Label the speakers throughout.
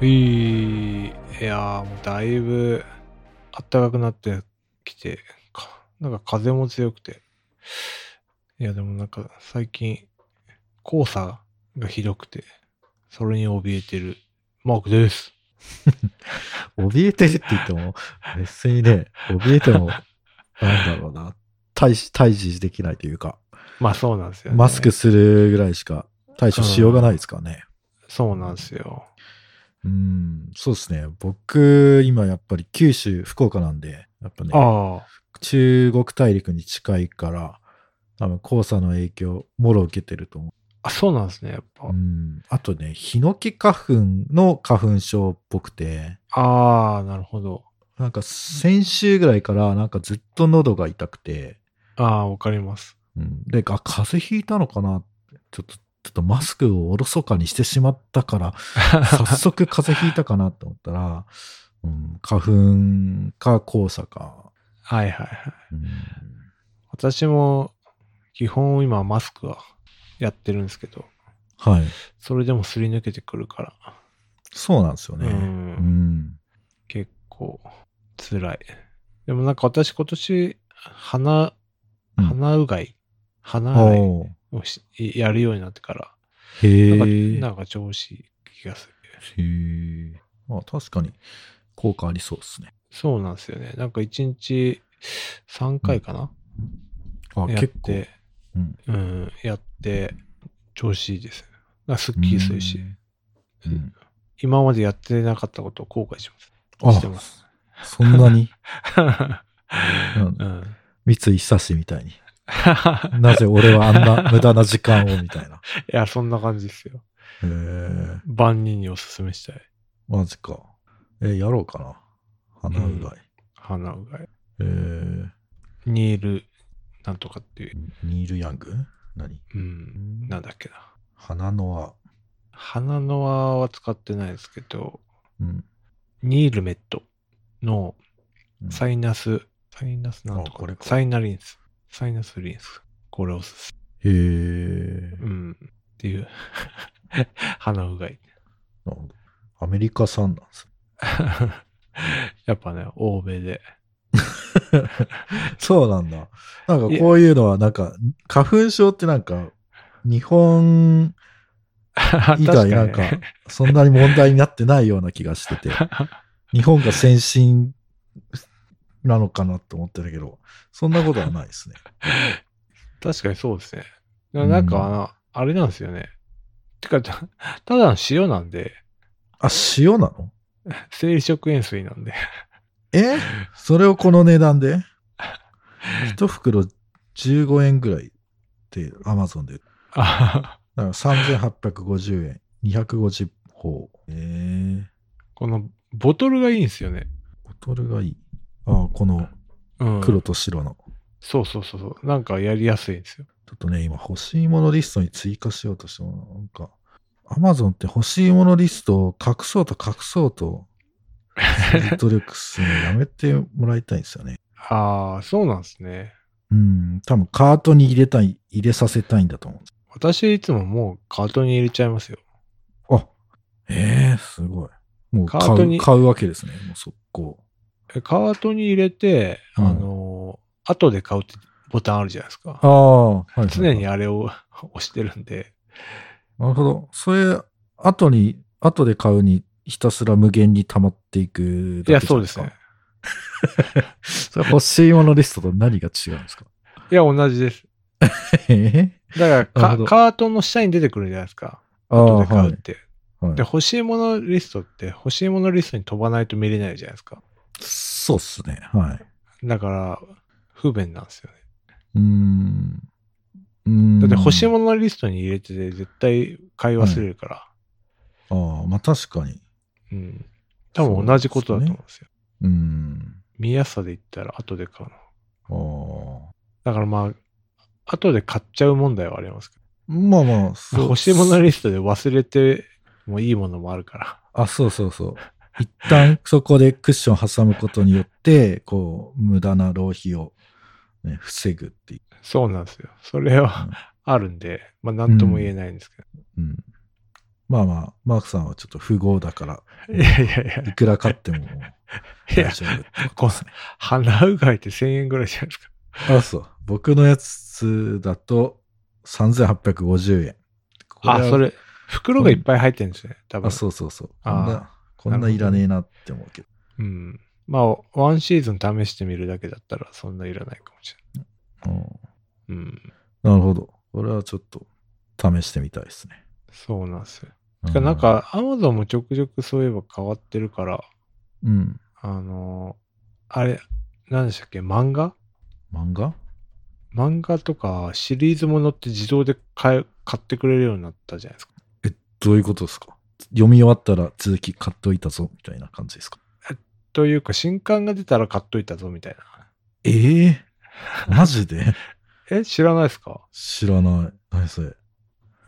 Speaker 1: うい、いやー、もうだいぶ暖かくなってきて、かなんか風も強くて。いや、でもなんか最近、黄砂がひどくて、それに怯えてるマークです。
Speaker 2: 怯えてるって言っても、別にね、怯えても、なんだろうな、対し、対峙できないというか、
Speaker 1: まあそうなんですよ、ね。
Speaker 2: マスクするぐらいしか対処しようがないですからね。
Speaker 1: そうなんですよ。
Speaker 2: うん、そうですね。僕、今やっぱり九州、福岡なんで、やっぱね、
Speaker 1: ああ、
Speaker 2: 中国大陸に近いから、多分黄砂の影響、もろ受けてると思う。
Speaker 1: あ、そうなんですね、やっぱ。
Speaker 2: うん、あとね、ヒノキ花粉の花粉症っぽくて、
Speaker 1: ああ、なるほど。
Speaker 2: なんか先週ぐらいからなんかずっと喉が痛くて、
Speaker 1: ああ、わかり ます。
Speaker 2: うん、で、あ、風邪ひいたのかなちょっと、ちょっとマスクをおろそかにしてしまっ たから、早速風邪ひいたかなと思ったら、うん、花粉か黄砂か。
Speaker 1: はいはいはい。
Speaker 2: うん
Speaker 1: 私も、基本今マスクはやってるんですけど、
Speaker 2: はい。
Speaker 1: それでもすり抜けてくるから、
Speaker 2: そうなんですよね。
Speaker 1: う
Speaker 2: うんん。
Speaker 1: 結構辛い。でもなんか私今年、鼻、
Speaker 2: うん
Speaker 1: 鼻うがい、鼻うがい
Speaker 2: おー
Speaker 1: をしやるようになってから、なんか
Speaker 2: へえ。
Speaker 1: なんか調子いい気がする。
Speaker 2: へえ。まあ確かに効果ありそうですね。
Speaker 1: そうなんですよね。なんか一日3回かな、
Speaker 2: あ、
Speaker 1: やっ
Speaker 2: 結構。
Speaker 1: て、
Speaker 2: うん
Speaker 1: うん、やって、調子いいです。なんかすっきりするし、。
Speaker 2: うん。
Speaker 1: 今までやってなかったことを後悔しま
Speaker 2: あ
Speaker 1: す。して ます。
Speaker 2: そんなに
Speaker 1: うん。
Speaker 2: 三井久志みたいに。なぜ俺はあんな無駄な時間をみたい な。
Speaker 1: いや、そんな感じですよ。
Speaker 2: へえ。
Speaker 1: 万人におすすめしたい。
Speaker 2: マジか。え、やろうかな。鼻うがい。
Speaker 1: 鼻うがい。
Speaker 2: え
Speaker 1: ニール、なんとかっていう。
Speaker 2: ニール・ヤング何
Speaker 1: う。
Speaker 2: うんん
Speaker 1: なんだっけな。
Speaker 2: 鼻の
Speaker 1: 鼻の輪は使ってないですけど、
Speaker 2: 輪。うん。
Speaker 1: ニールメットの
Speaker 2: うん
Speaker 1: サイナス、サイナスなんと
Speaker 2: あこれ
Speaker 1: か
Speaker 2: か
Speaker 1: サイナリンス。サイナスリンス。これをすす
Speaker 2: へえ。
Speaker 1: うん。っていう。 鼻うがい。
Speaker 2: なるほどアメリカ産なんですね。
Speaker 1: やっぱね、欧米 で。
Speaker 2: そうなんだ。なんかこういうのは、なんか、花粉症ってなんか、日本以外なんか
Speaker 1: 確に、
Speaker 2: そんなに問題になってないような気がし てて、日本が先進なのかなと思ってたけど、そんなことはないですね。
Speaker 1: 確かにそうですね。
Speaker 2: うん
Speaker 1: なんかあの、あれなんですよね。てか、たただの塩なんで、
Speaker 2: あ、塩なの
Speaker 1: 生理食塩水なんで。
Speaker 2: えそれをこの値段で一袋15円ぐらいってアマゾンで。
Speaker 1: あ
Speaker 2: だから3850円。250本。えー、
Speaker 1: このボトルがいいんですよね。
Speaker 2: ボトルがいい。ああ、この
Speaker 1: うん。
Speaker 2: 黒と白の。
Speaker 1: そうそうそうそう。なんかやりやすいんですよ。
Speaker 2: ちょっとね、今欲しいものリストに追加しようとしても、なんか、アマゾンって欲しいものリストを隠そうと隠そうと、努力するのやめてもらいたいんですよね。
Speaker 1: ああ、そうなんですね。
Speaker 2: うん、多分カートに入れたい、入れさせたいんだと思うんです。
Speaker 1: 私いつももうカートに入れちゃいますよ。
Speaker 2: あええー、すごい。もう買
Speaker 1: カートに
Speaker 2: う、買うわけですね。もう速攻。
Speaker 1: えカートに入れて、あ
Speaker 2: うん
Speaker 1: のー後で買うってボタンあるじゃないですか。
Speaker 2: ああ、はい、はい。
Speaker 1: 常にあれを 押してるんで。
Speaker 2: なるほど。それ、後に、後で買うに、ひたすら無限に溜まってい
Speaker 1: い
Speaker 2: くだ
Speaker 1: や、
Speaker 2: けじ
Speaker 1: そ
Speaker 2: ゃな
Speaker 1: う
Speaker 2: い
Speaker 1: ですね。。
Speaker 2: それ欲しいものリストと何が違うんですか
Speaker 1: いや、同じです。
Speaker 2: え
Speaker 1: だ
Speaker 2: なる
Speaker 1: から
Speaker 2: ほど
Speaker 1: か、カートの下に出てくるじゃないですか。
Speaker 2: あ
Speaker 1: 後
Speaker 2: あ、
Speaker 1: で買
Speaker 2: は
Speaker 1: うっ
Speaker 2: い。
Speaker 1: て。
Speaker 2: はい
Speaker 1: で、欲しいものリストって、欲しいものリストに飛ばないと見れないじゃないですか。
Speaker 2: そうっすね。はい。
Speaker 1: だから、不便なんですよね。
Speaker 2: うーん。うーん。
Speaker 1: だって欲しいものリストに入れてて、絶対買い忘れるから。
Speaker 2: の。ああ、まあ確かに。
Speaker 1: うん。多分同じことだと思うんですよ。
Speaker 2: うーん。
Speaker 1: 見やすさで言ったら後で買うの。
Speaker 2: ああ。
Speaker 1: だからまあ、後で買っちゃう問題はありますけ
Speaker 2: まあまあ、
Speaker 1: ど。
Speaker 2: そう
Speaker 1: 欲しいものリストで忘れてもいいものもあるから。
Speaker 2: あ、そうそうそう。一 旦そこでクッション挟むことによって、こう、無駄な浪費を、ね、防ぐっていう。
Speaker 1: そうなんですよ。それはあるんで、まあ何とも言えないんですけど。
Speaker 2: うん。まあまあ、マークさんはちょっと富豪だから、
Speaker 1: いやいやいや
Speaker 2: い、くら買っても
Speaker 1: い
Speaker 2: 大
Speaker 1: や、
Speaker 2: 丈夫ってこと
Speaker 1: こ
Speaker 2: ですね。
Speaker 1: 鼻うがいって1000円ぐらいじゃないですか。
Speaker 2: あ、そう。僕のやつだと3850円。こは
Speaker 1: あ、そ。れ、袋がいっぱい入ってるんですね、多分。
Speaker 2: あ、そうそうそう。こ
Speaker 1: あー
Speaker 2: んな、こんないらねえなって思うけど。
Speaker 1: うん。まあ、ワンシーズン試してみるだけだったら、そんないらないかもし
Speaker 2: うん
Speaker 1: れない。うん。
Speaker 2: なるほど。これはちょっと試してみたいですね。
Speaker 1: そうなんですよ。
Speaker 2: う
Speaker 1: てかなん、か、アマゾンもちょくちょくそういえば変わってるから、
Speaker 2: うん。
Speaker 1: あのーあれ、何でしたっけ、漫画
Speaker 2: 漫画
Speaker 1: 漫画とかシリーズものって自動で買え買ってくれるようになったじゃないですか。
Speaker 2: どういうことですか読み終わったら続き買っといたぞみたいな感じですか
Speaker 1: というか、新刊が出たら買っといたぞみたいな。
Speaker 2: え えマジで
Speaker 1: え、知らないですか
Speaker 2: 知らない。何それ。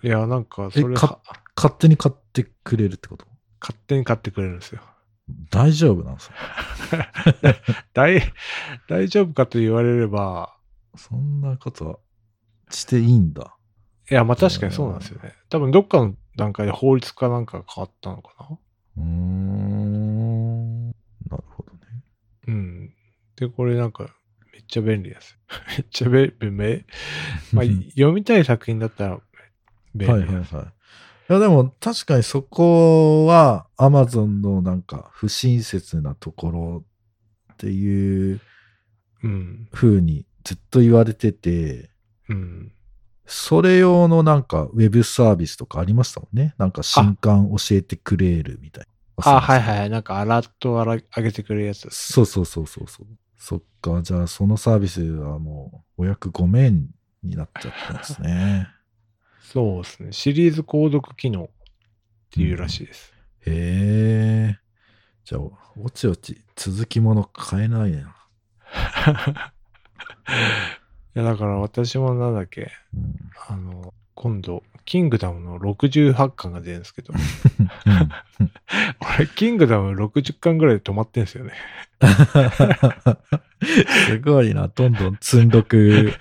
Speaker 1: いや、なんか、それ
Speaker 2: え
Speaker 1: は
Speaker 2: か勝手に買ってくれるってこと
Speaker 1: 勝手に買ってくれるんですよ。
Speaker 2: 大丈夫なんですか
Speaker 1: 大、 大丈夫かと言われれば、
Speaker 2: そんなことはしていいんだ。
Speaker 1: いや、まあ確かにそうなんですよね。多分どっかの段階で法律かなんかが変わったのかな
Speaker 2: うーん。なるほどね。
Speaker 1: うん。で、これなんか、めっちゃ便利です。 めっちゃ便利、め、まあ、読みたい作品だったら、便
Speaker 2: はい
Speaker 1: 利
Speaker 2: はい
Speaker 1: で
Speaker 2: はい
Speaker 1: す。。
Speaker 2: いやでも確かにそこは Amazon のなんか不親切なところっていう
Speaker 1: うん。
Speaker 2: 風にずっと言われてて、
Speaker 1: うん。
Speaker 2: それ用のなんかウェブサービスとかありましたもんね。なんか新刊教えてくれるみたいな。
Speaker 1: あ、はいはい。なんか、アラットあら上げてくれるやつです。
Speaker 2: そうそうそうそうそう。そっか、じゃあそのサービスはもうお役ごめんになっちゃったんですね。
Speaker 1: そうですね。シリーズ購読機能っていうらしいです。
Speaker 2: へえ。じゃあ、おちおち続きもの買えないな。
Speaker 1: いや、だから私もなんだっけ、
Speaker 2: うん
Speaker 1: あの、今度、キングダムの68巻が出るんです けど、俺、キングダム60巻ぐらいで止まってんすよね。
Speaker 2: すごいな、どんどん積んどく、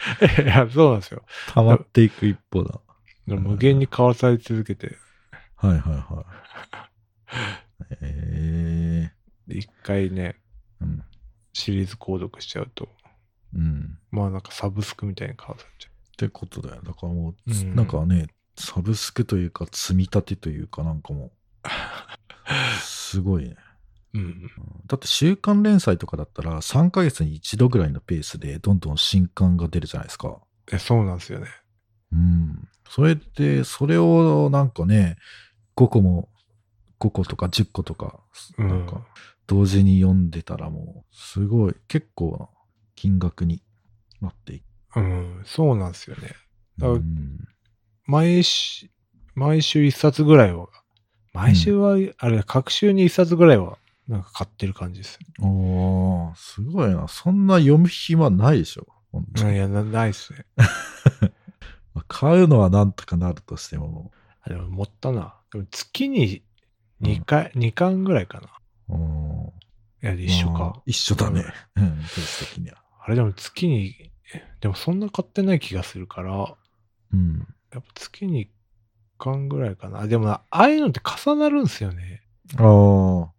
Speaker 1: いや、そうなんですよ。
Speaker 2: 溜まっていく一方だ。
Speaker 1: 無限に買わされ続けて、
Speaker 2: はいはいはい。へえ。
Speaker 1: で一回ね、
Speaker 2: うん。
Speaker 1: シリーズ購読しちゃうと、
Speaker 2: うん。
Speaker 1: まあなんかサブスクみたいに買わされちゃ
Speaker 2: ってことだよ。だからも
Speaker 1: う
Speaker 2: う、
Speaker 1: ん
Speaker 2: なんかね、サブスクというか、積み立てというかなんかもう、すごいね。
Speaker 1: う。うん。
Speaker 2: だって週刊連載とかだったら3ヶ月に一度ぐらいのペースでどんどん新刊が出るじゃないですか。
Speaker 1: え、そうなんですよね。
Speaker 2: うん。それって、それをなんかね、5個も、5個とか10個とか、
Speaker 1: うん
Speaker 2: なんか同時に読んでたらもう、すごい、結構な金額になっていく。
Speaker 1: うん、そうなんですよね。だ
Speaker 2: うん、
Speaker 1: 毎週、毎週一冊ぐらいは、毎週は、あれ、各週に一冊ぐらいは、なんか買ってる感じです。
Speaker 2: おーすごいな。そんな読む暇ないでしょ。本当に
Speaker 1: いや、なないっすね。
Speaker 2: まあ買うのはなんとかなるとしても、
Speaker 1: あ、でも、持ったな。でも、月に2回、二巻ぐらいかな。
Speaker 2: うん
Speaker 1: いや、一緒
Speaker 2: まあ
Speaker 1: か。
Speaker 2: 一緒だね。うん、ペース的には。
Speaker 1: あれ、でも月に、でもそんな買ってない気がするから、
Speaker 2: うん。
Speaker 1: やっぱ月に1巻ぐらいかな。あでもな、ああいうのって重なるんですよね。
Speaker 2: ああ、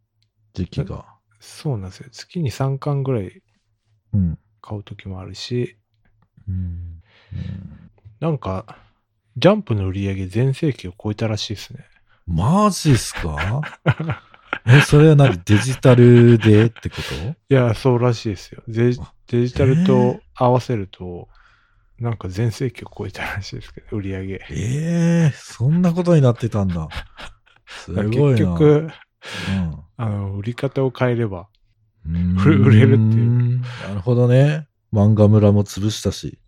Speaker 2: 時期が。
Speaker 1: そうなんですよ。月に3巻ぐらい
Speaker 2: うん。
Speaker 1: 買う時もあるし、
Speaker 2: うん。
Speaker 1: なんか、ジャンプの売り上げ全盛期を超えたらしいですね。
Speaker 2: マジっすか え、それは何デジタルでってこと
Speaker 1: いや、そうらしいですよ。デジ
Speaker 2: あ
Speaker 1: デジタ
Speaker 2: え
Speaker 1: ル
Speaker 2: ー
Speaker 1: と合わせると、なんか全盛期を超えたらしいですけど、売り上げ。
Speaker 2: ええそんなことになってたんだ。すごいな。
Speaker 1: 結局、
Speaker 2: うん
Speaker 1: あの、売り方を変えれば、
Speaker 2: うーん
Speaker 1: 売れ売れるっていう
Speaker 2: なるほどね。漫画村も潰したし、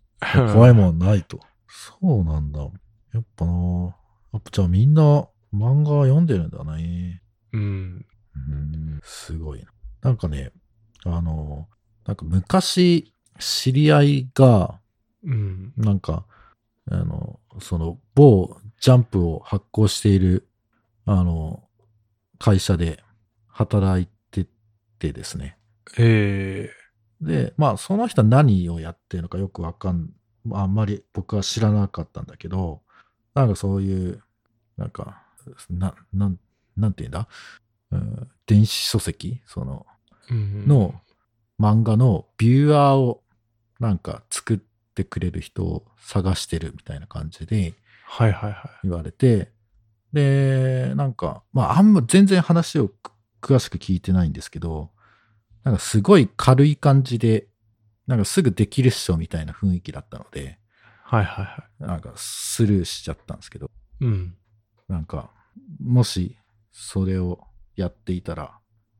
Speaker 2: 怖いもんないと。そうなんだ。やっぱな。やっぱじゃあみんな漫画読んでるんだね。
Speaker 1: うん。
Speaker 2: うーんすごいな。なんかね、あの、なんか昔知り合いが、
Speaker 1: うん。
Speaker 2: なんか、あの、その、某ジャンプを発行している、あの、会社で働いててですね。
Speaker 1: え
Speaker 2: で、まあ、その人は何をやってるのかよくわかん、あんまり僕は知らなかったんだけど、なんかそういう、なんか、な、なん、なんて言うんだ、うん、電子書籍その、
Speaker 1: うん
Speaker 2: の漫画のビューアーをなんか作ってくれる人を探してるみたいな感じで
Speaker 1: はいはいは
Speaker 2: 言われて、で、なんか、まああんま全然話をく詳しく聞いてないんですけど、なんかすごい軽い感じで、なんかすぐできるっしょみたいな雰囲気だったので、
Speaker 1: い。はいはいは
Speaker 2: なんかスルーしちゃったんですけど、
Speaker 1: い。うん。
Speaker 2: なんか、もし、それをやっていたら、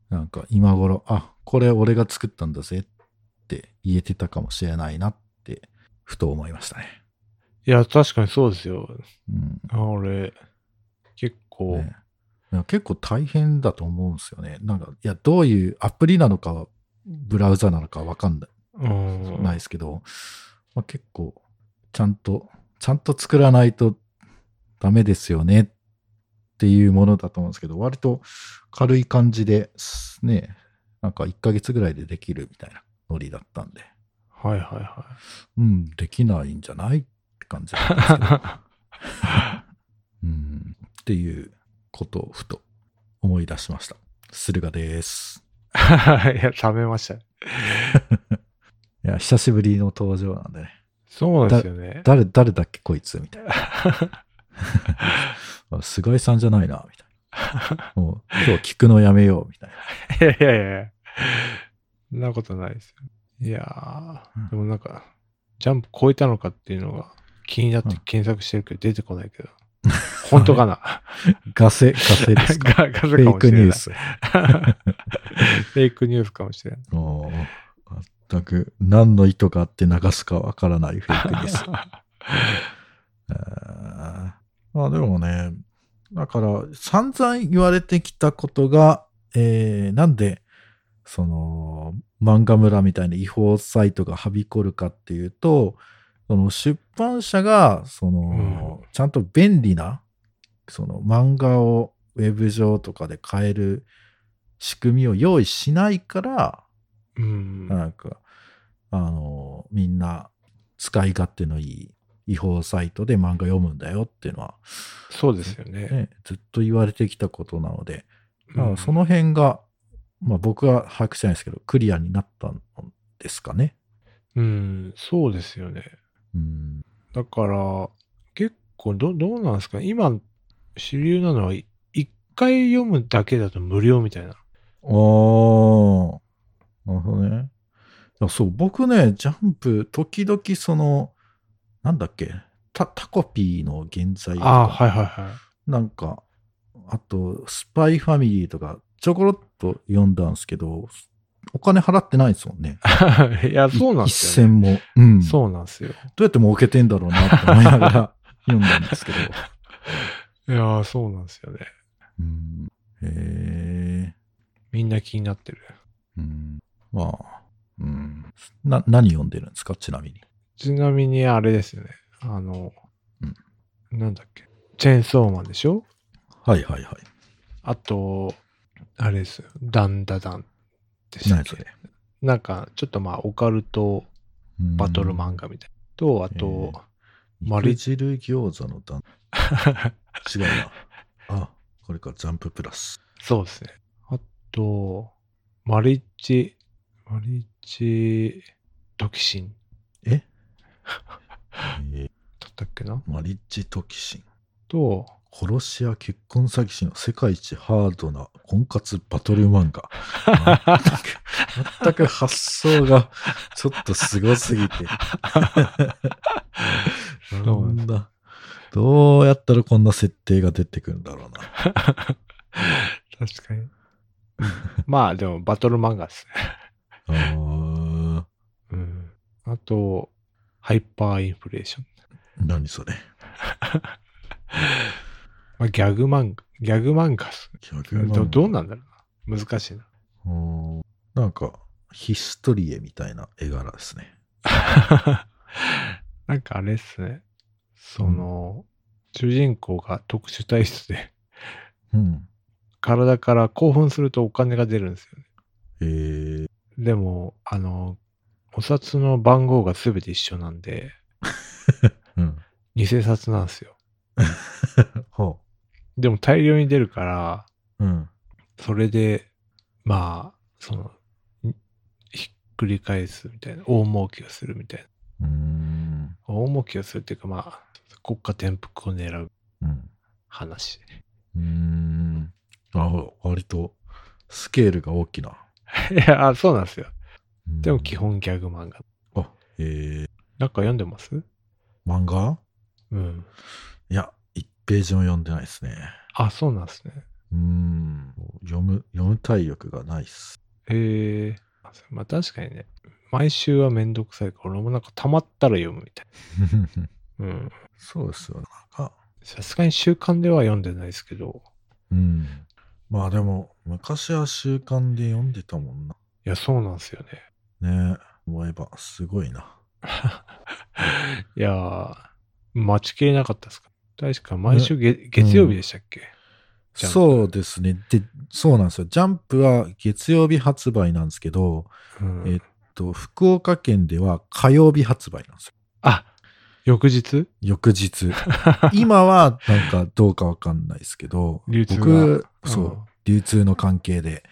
Speaker 2: なんか今頃、あ、これ俺が作ったんだぜって言えてたかもしれないなって、ふと思いましたね。
Speaker 1: いや、確かにそうですよ。
Speaker 2: うん。
Speaker 1: あ俺、結構、
Speaker 2: ねなんか結構大変だと思うんですよね。なんか、いや、どういうアプリなのか、ブラウザなのかわかんな
Speaker 1: うん。
Speaker 2: ないですけど、まあ、結構、ちゃんと、ちゃんと作らないとダメですよねっていうものだと思うんですけど、割と軽い感じですね、なんか1ヶ月ぐらいでできるみたいなノリだったんで、
Speaker 1: はいはいは
Speaker 2: うん、できないんじゃないって感じだったんですけ ど、うん、っていうことをふと思い出しました。駿河です。
Speaker 1: い。 いや、食べましたね。
Speaker 2: いや、久しぶりの登場なんでね、
Speaker 1: そうなんですよね。
Speaker 2: 誰、誰だっけこいつみた いな。菅井さんじゃないな、みたいな。もう、今日聞くのやめよう、みたいな。
Speaker 1: いやいやいやいやそんなことないですよ。いや
Speaker 2: うん
Speaker 1: ー、でもなんか、ジャンプ超えたのかっていうのが気になって
Speaker 2: うん
Speaker 1: 検索してるけど出てこないけど。本当かな
Speaker 2: ガセ、ガセです
Speaker 1: ガ
Speaker 2: か。
Speaker 1: ガ
Speaker 2: フ
Speaker 1: ズか
Speaker 2: ェイ
Speaker 1: もし
Speaker 2: ク
Speaker 1: れ
Speaker 2: ニ
Speaker 1: ない。
Speaker 2: ュース。
Speaker 1: フェイクニュースかもしれない。
Speaker 2: もう、全く何の意図があって流すかわからないフェイクニュース。あーまあでもね、だから散々言われてきたことが、えーなんで、その、漫画村みたいな違法サイトがはびこるかっていうと、その出版社が、その、ちゃんと便利な、その漫画をウェブ上とかで買える仕組みを用意しないから、
Speaker 1: うん。
Speaker 2: なんか、あの、みんな使い勝手のいい違法サイトで漫画読むんだよっていうのは、
Speaker 1: そうですよね。
Speaker 2: ね、ずっと言われてきたことなので、
Speaker 1: うん
Speaker 2: まあその辺が、まあ僕は把握してないですけど、クリアになったんですかね。
Speaker 1: うん、そうですよね。
Speaker 2: うん。
Speaker 1: だから、結構ど、どうなんですかね今、主流なのは、い一回読むだけだと無料みたいな。
Speaker 2: あーなるほどね。いやそう、僕ね、ジャンプ、時々その、なんだっけ、タタコピーの現在とか
Speaker 1: ああ、はいはいはい。
Speaker 2: なんか、あと、スパイファミリーとか、ちょころっと読んだんですけど、お金払ってないですもんね。
Speaker 1: いや、そうなん
Speaker 2: い
Speaker 1: ですよ、ね。
Speaker 2: 一銭も。うん。う。
Speaker 1: そうなんですよ。
Speaker 2: どうやって儲けてんだろうなって思いながら読んだんですけど。
Speaker 1: いやー、そうなんですよね。
Speaker 2: うん。へえ。
Speaker 1: みんな気になってる。
Speaker 2: うん。まあ、うん。な、何読んでるんですかちなみに。
Speaker 1: ちなみに、あれですよね。あの、
Speaker 2: うん
Speaker 1: なんだっけ。チェーンソーマンでしょ
Speaker 2: はいはいは
Speaker 1: あと、あれですよ。ダンダダンで
Speaker 2: い。
Speaker 1: したっ
Speaker 2: 何
Speaker 1: け
Speaker 2: それ。
Speaker 1: なんか、ちょっとまあ、オカルトバトル漫画みたいな。と、あと、
Speaker 2: うん。
Speaker 1: マ
Speaker 2: 丸
Speaker 1: リ
Speaker 2: 汁餃子の段。 違うな。 あ、これか、ジャンププラス。
Speaker 1: そうですね。あと、マリッチ、マリッチ、トキシン
Speaker 2: ええー
Speaker 1: だったっけな
Speaker 2: マリッジトキシン。
Speaker 1: と、
Speaker 2: 殺し屋結婚詐欺師の世界一ハードな婚活バトル漫画。全く全く発想がちょっとすごすぎて。な
Speaker 1: そうなんで
Speaker 2: んだ。どうやったらこんな設定が出てくるんだろうな。
Speaker 1: 確 かに。まあ、でも、バトル漫画ですね。
Speaker 2: あー
Speaker 1: うん。あと、ハイパーインフレーション。
Speaker 2: 何それ。
Speaker 1: まあ、ギャグ漫画、ギャグ漫画っすね。
Speaker 2: 逆
Speaker 1: どどうなんだろうな。難しいな。
Speaker 2: のなんか、ヒストリエみたいな絵柄ですね。
Speaker 1: なんかあれっすね。その、主人公が特殊体質で、
Speaker 2: うん。
Speaker 1: 体から興奮するとお金が出るんですよね。
Speaker 2: えー、
Speaker 1: でも、あの、お札の番号が全て一緒なんで、
Speaker 2: うん。
Speaker 1: 偽札なんですよ。
Speaker 2: ほ
Speaker 1: でも大量に出るから、
Speaker 2: うん。
Speaker 1: それで、まあ、その、んひっくり返すみたいな、大儲けをするみたいな。
Speaker 2: うーん。
Speaker 1: 大儲けをするっていうか、まあ、国家転覆を狙う
Speaker 2: うん。
Speaker 1: 話。
Speaker 2: うーん。なるほど。割と、スケールが大きな。
Speaker 1: いや、あそうなんですよ。
Speaker 2: うん
Speaker 1: でも基。本ギャグ漫画。
Speaker 2: あ、えー、
Speaker 1: なんか読んでます
Speaker 2: 漫画
Speaker 1: うん。
Speaker 2: いや、1ページも読んでないですね。
Speaker 1: あ、そうなんですね。
Speaker 2: うーん。読む、読む体力がないっ す。
Speaker 1: へえ。まあ確かにね、毎週はめんどくさいから、俺もなんか溜まったら読むみたいな。うん。
Speaker 2: そうですよね。なんか
Speaker 1: さすがに習慣では読んでないですけど、
Speaker 2: うん。まあでも、昔は習慣で読んでたもんな。
Speaker 1: いや、そうなんですよね。
Speaker 2: ねえ、思えば、すごいな。
Speaker 1: いやー、待ちきれなかったですか確か毎週げ月曜日でしたっけ、ジャンプ
Speaker 2: そうですね。で、そうなんですよ。ジャンプは月曜日発売なんですけど、
Speaker 1: うん
Speaker 2: えっと、福岡県では火曜日発売なんですよ。
Speaker 1: あ翌日
Speaker 2: 翌 日。今はなんかどうかわかんないですけど、
Speaker 1: 流通が
Speaker 2: 僕、
Speaker 1: うん
Speaker 2: そう、流通の関係で、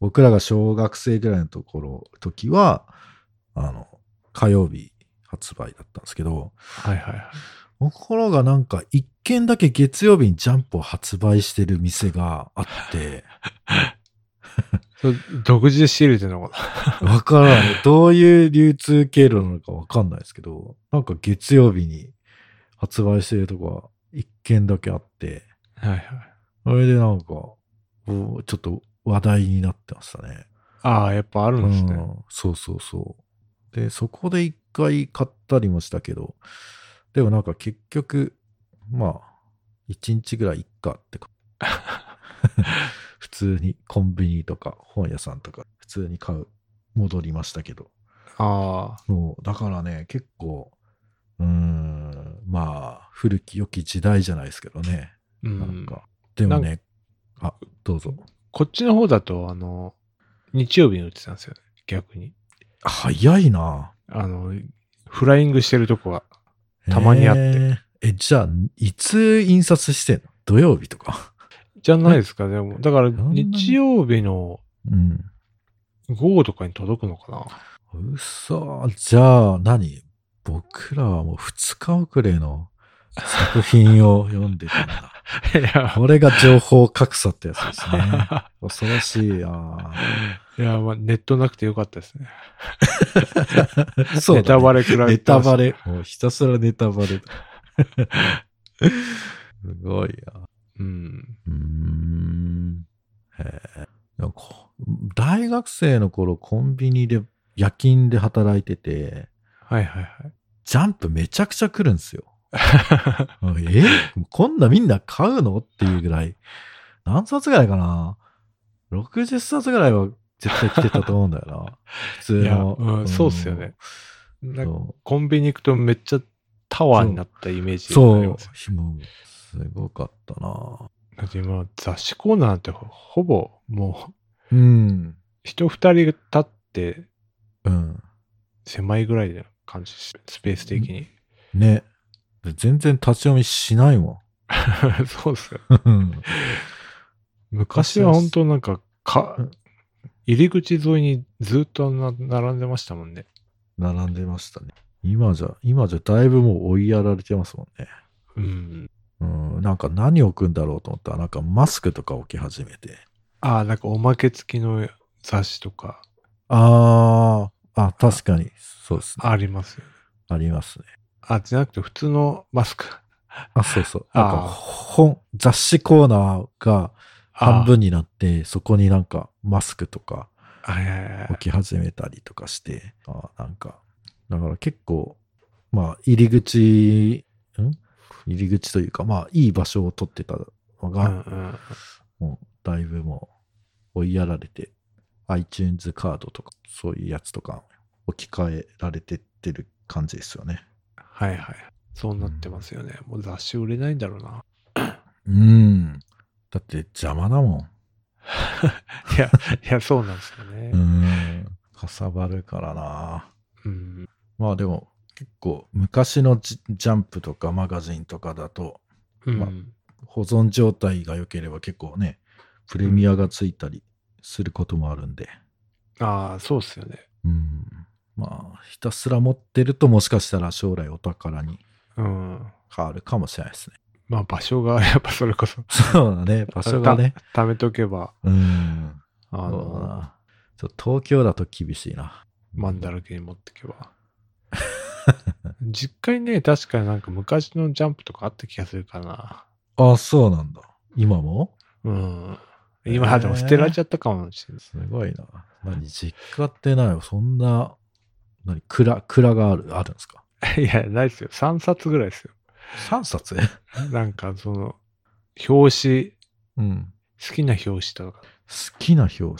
Speaker 2: 僕らが小学生ぐらいのところ、時は、あの、火曜日発売だったんですけど、
Speaker 1: はいはいはい。
Speaker 2: ところがなんか一軒だけ月曜日にジャンプを発売してる店が あって、
Speaker 1: それ独自で仕入れてるのか
Speaker 2: わからない。どういう流通経路なのかわかんないですけど、なんか月曜日に発売してるとこが一軒だけあって、
Speaker 1: な はいはい。
Speaker 2: それでなんか、おちょっと話題になってましたね。
Speaker 1: ああ、やっぱあるんですね。
Speaker 2: ん、そうそうそう。で、そこで一回買ったりもしたけど、でもなんか結局、まあ、一日ぐらいいっかってか 普通にコンビニとか本屋さんとか普通に買う、戻りましたけど。
Speaker 1: ああ、
Speaker 2: そう、だからね、結構、うーん、まあ、古き良き時代じゃないですけどね。
Speaker 1: う
Speaker 2: なん
Speaker 1: ん。
Speaker 2: か、でもね、あ、どうぞ。
Speaker 1: こっちの方だと、あの、日曜日に売ってたんですよね。逆に。
Speaker 2: 早いな。
Speaker 1: あの、フライングしてるとこは。たまにあって
Speaker 2: へー。え、じゃあ、いつ印刷してんの土曜日と か。
Speaker 1: じゃないですか、でも。だから、
Speaker 2: そんなに
Speaker 1: 日曜日の
Speaker 2: うん。
Speaker 1: 午後とかに届くのかな。
Speaker 2: うそじゃあ何、僕らはもう2日遅れの作品を読んでた んだ。
Speaker 1: いや、
Speaker 2: これが情報格差ってやつですね。恐ろしいあ
Speaker 1: いや、まあ、ネットなくてよかったですね。
Speaker 2: ーそ
Speaker 1: ネ
Speaker 2: うだね
Speaker 1: タバレ食ら
Speaker 2: ネ
Speaker 1: いてまし
Speaker 2: タ
Speaker 1: た
Speaker 2: バレ。もうひたすらネ タバレ。すごいな。
Speaker 1: うん。
Speaker 2: うーん。へえでもこ大学生の頃コンビニで夜勤で働いてて、
Speaker 1: はいはいはい。
Speaker 2: ジャンプめちゃくちゃ来るんですよ。 うんえこんなみんな買うのっていうぐらい。何冊ぐらいかな ?60 冊ぐらいは絶対来てたと思うんだよ な。普通
Speaker 1: いや、
Speaker 2: の。
Speaker 1: うん、
Speaker 2: ん
Speaker 1: そうっすよね。。なんか
Speaker 2: そう
Speaker 1: コンビニ行くとめっちゃタワーになったイメージ
Speaker 2: そ
Speaker 1: あり
Speaker 2: う
Speaker 1: ます。
Speaker 2: ひもすごかったな。
Speaker 1: だって今、雑誌コーナーなんてほほぼ、もう、
Speaker 2: うん。
Speaker 1: 人二人立って
Speaker 2: うん。
Speaker 1: 狭いぐらいな感じしスペース的に。
Speaker 2: ね。で全然立ち読みしないも
Speaker 1: そうっすよ。
Speaker 2: ん。
Speaker 1: 昔は本当なんか、か
Speaker 2: うん、
Speaker 1: 入り口沿いにずっとな並んでましたもんね。
Speaker 2: 並んでましたね。今じゃ、今じゃだいぶもう追いやられてますもんね。
Speaker 1: うん。
Speaker 2: うん、なんか何を置くんだろうと思ったら、なんかマスクとか置き始めて。
Speaker 1: ああ、なんかおまけ付きの雑誌とか
Speaker 2: あー、あ、確かに、そうですね。
Speaker 1: ありますよね。
Speaker 2: ありますね。
Speaker 1: あ、じゃなくて普通のマスク。
Speaker 2: あ、そうそう。
Speaker 1: あー
Speaker 2: なんか本、雑誌コーナーが
Speaker 1: あー
Speaker 2: 半。分になって、そこになんかマスクとか
Speaker 1: はいはいはい
Speaker 2: 置き始めたりとかして、あーなんか、だから結構、まあ、入り口、ん入り口というか、まあ、いい場所を取ってたの
Speaker 1: う
Speaker 2: が、
Speaker 1: んうん。
Speaker 2: もうだいぶもう追いやられて iTunes カードとかそういうやつとか置き換えられてってる感じですよね。
Speaker 1: はいはい。そうなってますよね。もう雑誌売れないんだろうな。
Speaker 2: うん。だって邪魔だも
Speaker 1: いや、いや、そうなんですよね
Speaker 2: ん。う。ん。かさばるからな。
Speaker 1: うん。
Speaker 2: まあでも結構昔のジジャンプとかマガジンとかだと
Speaker 1: うん。
Speaker 2: まあ保存状態が良ければ結構ね、プレミアがついたりすることもあるんで、
Speaker 1: ああ、そうっすよね。
Speaker 2: うん。まあ、ひたすら持ってるともしかしたら将来お宝に
Speaker 1: うん。
Speaker 2: 変わるかもしれないですね。
Speaker 1: まあ場所が、やっぱそれこそ、
Speaker 2: そうだね、場所がね。
Speaker 1: た貯めとけば、
Speaker 2: うん。
Speaker 1: あ
Speaker 2: そうだ
Speaker 1: の、
Speaker 2: なちょっと東京だと厳しいな。
Speaker 1: マンだらけに持ってけば。 実家にね、確かになんか昔のジャンプとかあった気がするかな。
Speaker 2: あ、そうなんだ。今も
Speaker 1: うん。
Speaker 2: へ
Speaker 1: 今、
Speaker 2: ー
Speaker 1: でも捨てられちゃったかもしれない。
Speaker 2: すごいな。何、実家ってないよ。そんな、何、蔵、蔵がある、あるんですか
Speaker 1: いや、ないですよ。3冊ぐらいですよ。
Speaker 2: ?3 冊
Speaker 1: なんか、その、表紙、
Speaker 2: うん。
Speaker 1: 好きな表紙とか。
Speaker 2: 好きな表紙。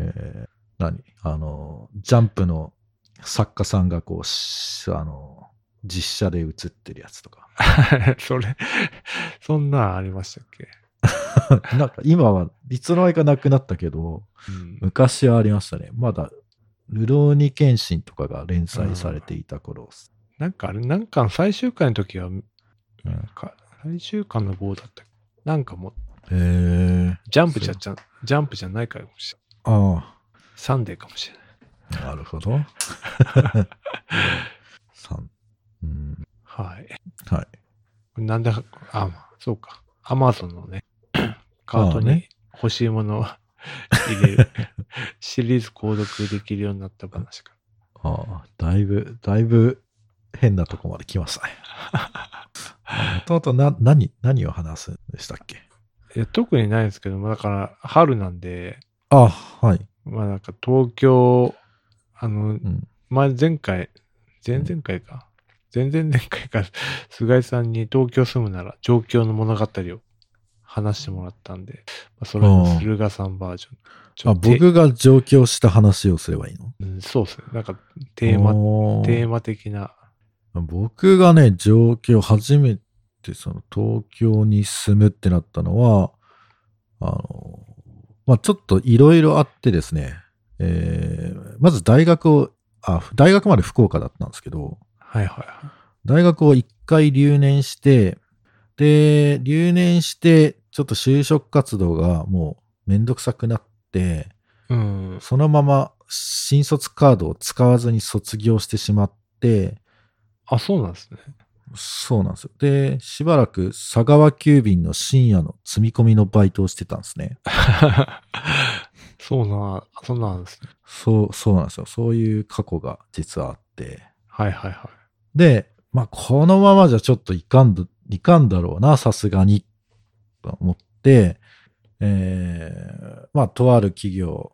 Speaker 2: えー、何あの、ジャンプの作家さんがこう、しあの、実写で写ってるやつとか。
Speaker 1: それ、そんなんありましたっけ、
Speaker 2: なんか今はいつの間にかなくなったけど、
Speaker 1: うん
Speaker 2: 昔はありましたね。まだ、ルローニケンシンとかが連載されていた頃。
Speaker 1: なんかあれ、なんか最終回の時は、
Speaker 2: うん
Speaker 1: か最終回の棒だったっけなんかもう、
Speaker 2: へえ。
Speaker 1: ジャンプじゃちゃ、ジャンプじゃないかもしれない。
Speaker 2: あ
Speaker 1: サンデーかもしれない。
Speaker 2: あ、なるほど。 さんうん、
Speaker 1: はい。
Speaker 2: は
Speaker 1: こ
Speaker 2: い。
Speaker 1: れなんだ、あ、そうか。アマゾンのね、 カート
Speaker 2: まあ
Speaker 1: に
Speaker 2: ね
Speaker 1: 欲しいも のを入れる。シリーズ購読できるようになった話か。
Speaker 2: ああ、だいぶ、だいぶ変なとこまで来ま したね。もともとな、何、何を話すんでしたっけ
Speaker 1: いや特にないですけども、だから春なんで、
Speaker 2: あはい。
Speaker 1: まあなんか東京、あの、
Speaker 2: うん。
Speaker 1: 前前回、前々回か。前々前回か、 菅井さんに東京住むなら状況の物語を話してもらったんで、まあ、それの駿河さんバージョン。ちょ
Speaker 2: あ、
Speaker 1: っとて
Speaker 2: 僕が上京した話をすればいいの
Speaker 1: うんそうですね。なんかテーマ
Speaker 2: マ
Speaker 1: テーマ的な。
Speaker 2: 僕がね、上京初めてその東京に住むってなったのは、あの、まあ、ちょっといろいろあってですね、えーまず大学を、あ、大学まで福岡だったんですけど、
Speaker 1: はいはいは
Speaker 2: 大学を一回留年して、で、留年して、ちょっと就職活動がもうめんどくさくなって、
Speaker 1: い。うん。
Speaker 2: そのまま新卒カードを使わずに卒業してしまって、
Speaker 1: あ、そうなん ですね。
Speaker 2: そうなんですよ。で、しばらく佐川急便の深夜の積み込みのバイトをしてたんですね。
Speaker 1: そうな、そうなんですね。
Speaker 2: そう、そうなんですよ。そういう過去が実はあって。
Speaker 1: はいはいは
Speaker 2: で、まあ、このままじゃちょっといかんど、いかんだろうな、さすがに、と思って、えー、まあ、とある企業、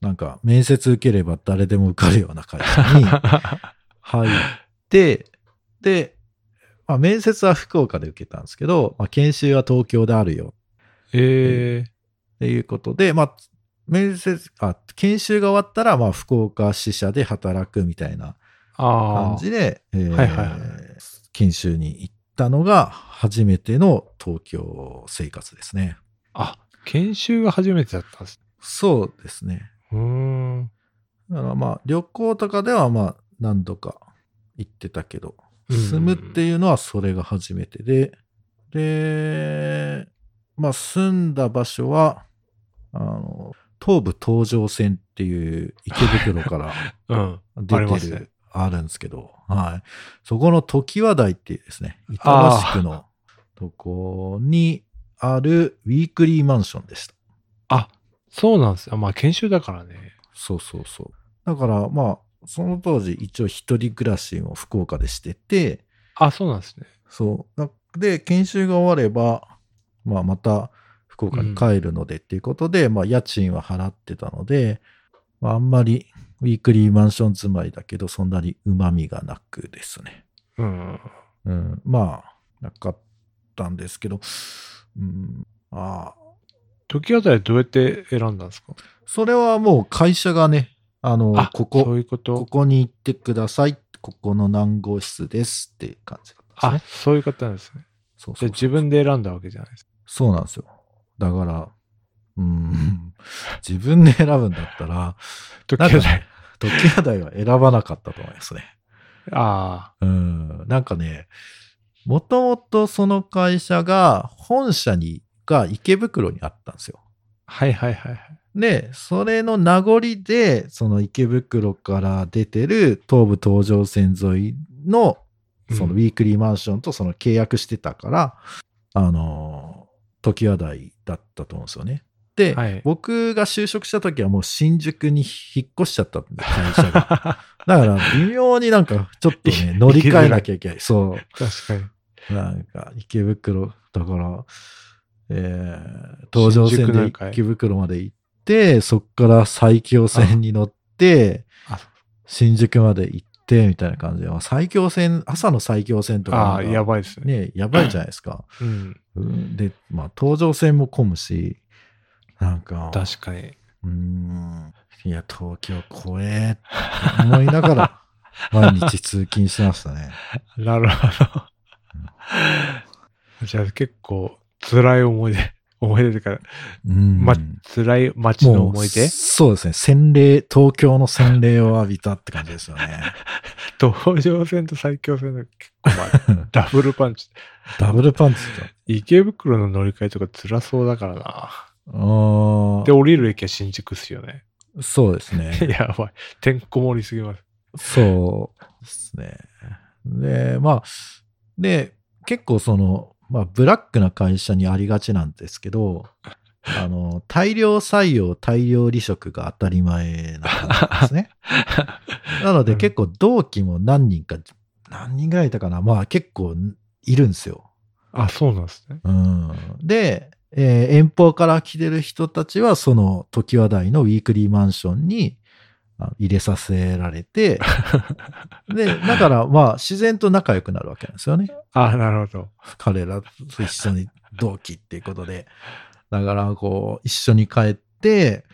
Speaker 2: なんか、面接受ければ誰でも受かるような会社 に
Speaker 1: い。
Speaker 2: 入って、で、まあ、面接は福岡で受けたんですけど、まあ、研修は東京であるよ
Speaker 1: え
Speaker 2: っていうことで、まあ、面接、あ、研修が終わったら、まあ、福岡支社で働くみたいな
Speaker 1: ー、あ
Speaker 2: 感
Speaker 1: あ。
Speaker 2: じで、えー
Speaker 1: はいはいはい
Speaker 2: 研修に行ったのが初めての東京生活ですね。
Speaker 1: あ、研修が初めてだったんです。
Speaker 2: そうですね。
Speaker 1: うーん。
Speaker 2: だからまあ、旅行とかではまあ、何度か行ってたけど、
Speaker 1: うん
Speaker 2: 住むっていうのはそれが初めてで、で、まあ、住んだ場所は、あの、東武東上線っていう池袋 から
Speaker 1: うん。
Speaker 2: 出
Speaker 1: ありま
Speaker 2: て
Speaker 1: すね
Speaker 2: る、あるんですけど、はい。そこの常盤台っていうですね、板橋区のとこにあるウィークリーマンションでした。
Speaker 1: あ、そうなんですよ。まあ研修だからね。
Speaker 2: そうそうそう。だからまあ、その当時一応一人暮らしを福岡でしてて、
Speaker 1: あ、そうなんですね。
Speaker 2: そう。なで、研修が終われば、まあまた福岡に帰るのでっていうことで、まあ家賃は払ってたので、まああんまりウィークリーマンション住まいだけど、そんなに旨味がなくですね。
Speaker 1: うん。
Speaker 2: うん、まあ、なかったんですけど、うん、ああ、
Speaker 1: 時あたりどうやって選んだんですか
Speaker 2: それはもう会社がね、あの、
Speaker 1: あ、
Speaker 2: こ
Speaker 1: そう
Speaker 2: こ、
Speaker 1: いうこ。
Speaker 2: ことこに行ってください。ここの何号室ですっていう感じだったん
Speaker 1: あ、
Speaker 2: ですね。
Speaker 1: そういう方なんですね。
Speaker 2: そう
Speaker 1: じ
Speaker 2: そ
Speaker 1: ゃ
Speaker 2: う
Speaker 1: あ自分で選んだわけじゃないです。
Speaker 2: そうなんですよ。だから、うん、 自分で選ぶんだったら、
Speaker 1: 時
Speaker 2: な
Speaker 1: あ
Speaker 2: んか
Speaker 1: た
Speaker 2: ね
Speaker 1: り。
Speaker 2: 時計台は選ばなかったと思いますね。
Speaker 1: あ
Speaker 2: うん、なんかね、もともとその会社が、本社にが池袋にあったんですよ。
Speaker 1: はいはいはいはい。
Speaker 2: で、それの名残で、その池袋から出てる東武東上線沿いの、そのウ
Speaker 1: うん
Speaker 2: ィークリーマンションとその契約してたから、あのー、常盤台だったと思うんですよね。で、
Speaker 1: はい
Speaker 2: 僕が就職した時はもう新宿に引っ越しちゃったんで、会社が。だから微妙になんかちょっ とね、乗り換えなきゃいけない。そう。
Speaker 1: 確かに。
Speaker 2: なんか池袋だから、えー、東上線
Speaker 1: 新宿なんか
Speaker 2: で池袋まで行ってそっから埼京線に乗って
Speaker 1: ああ
Speaker 2: 新宿まで行ってみたいな感じでまあ埼京線朝の埼京線と
Speaker 1: あ
Speaker 2: か
Speaker 1: あ、や
Speaker 2: や
Speaker 1: ばいですね。
Speaker 2: ねやばいじゃないですか、
Speaker 1: うん。
Speaker 2: うんで、まあ、東上線も混むしなんか
Speaker 1: 確かに。
Speaker 2: うーんいや東京怖えって思いな がら毎日通勤してましたね
Speaker 1: なるほど。じゃあ結構辛い思い出、 思い出というか、
Speaker 2: うん
Speaker 1: ま辛い街の思い出
Speaker 2: そうですね。洗礼、東京の洗礼を浴びたって感じですよね。
Speaker 1: 東上線と埼京線の結構 まあダブルパンチ。
Speaker 2: ダブルパンツだ。
Speaker 1: 池袋の乗り換えとか辛そうだからな。
Speaker 2: あー
Speaker 1: で、降りる駅は新宿っすよね。
Speaker 2: そうです ね。
Speaker 1: やばい。てんこ盛りすぎます。
Speaker 2: そうですね。で、まあ、で、結構その、まあ、ブラックな会社にありがちなんです けど、あの、大量採用、大量離職が当たり前な感じなんで すね。なので結構同期も何人か、何人ぐらいいたかな。まあ結構いるんですよ。
Speaker 1: あ、そうなんですね。
Speaker 2: うんで、えー遠方から来てる人たちは、その時話題のウィークリーマンションにあ入れさせられて、 で、だからまあ自然と仲良くなるわけなんですよね。
Speaker 1: あ、なるほど。
Speaker 2: 彼らと一緒に同期っていうことで。だからこう、一緒に帰って、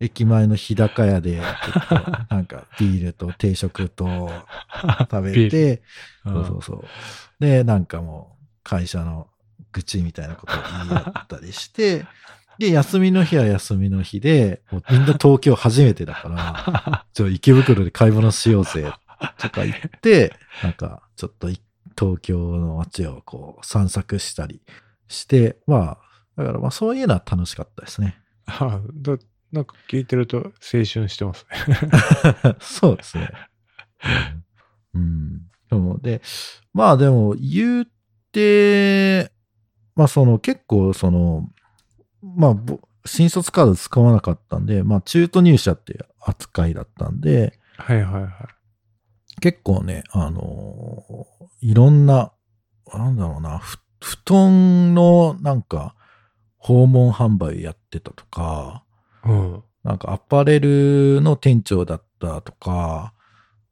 Speaker 2: 駅前の日高屋で、結構なんかビールと定食と食 べ
Speaker 1: ビール
Speaker 2: て、
Speaker 1: うん
Speaker 2: そうそうそう。で、なんかもう、会社の愚痴みたいなことを言い合ったり して、で、休みの日は休みの日で、もうみんな東京初めて だから、ちょ、池袋で買い物しようぜ、とか言って、なんか、ちょっとい東京の街をこう散策したりして、まあ、だからまあそういうのは楽しかったですね。
Speaker 1: あだなんか聞いてると青春してますね。
Speaker 2: そうですね。うん。そうで、まあでも言って、まあその結構その、まあぼ新卒カード使わなかったんで、まあ中途入社っていう扱いだったんで、
Speaker 1: はいはいはい。
Speaker 2: 結構ね、あのーいろんな、なんだろうな、ふ布団のなんか訪問販売やってたとか、
Speaker 1: うん。
Speaker 2: なんかアパレルの店長だったとか、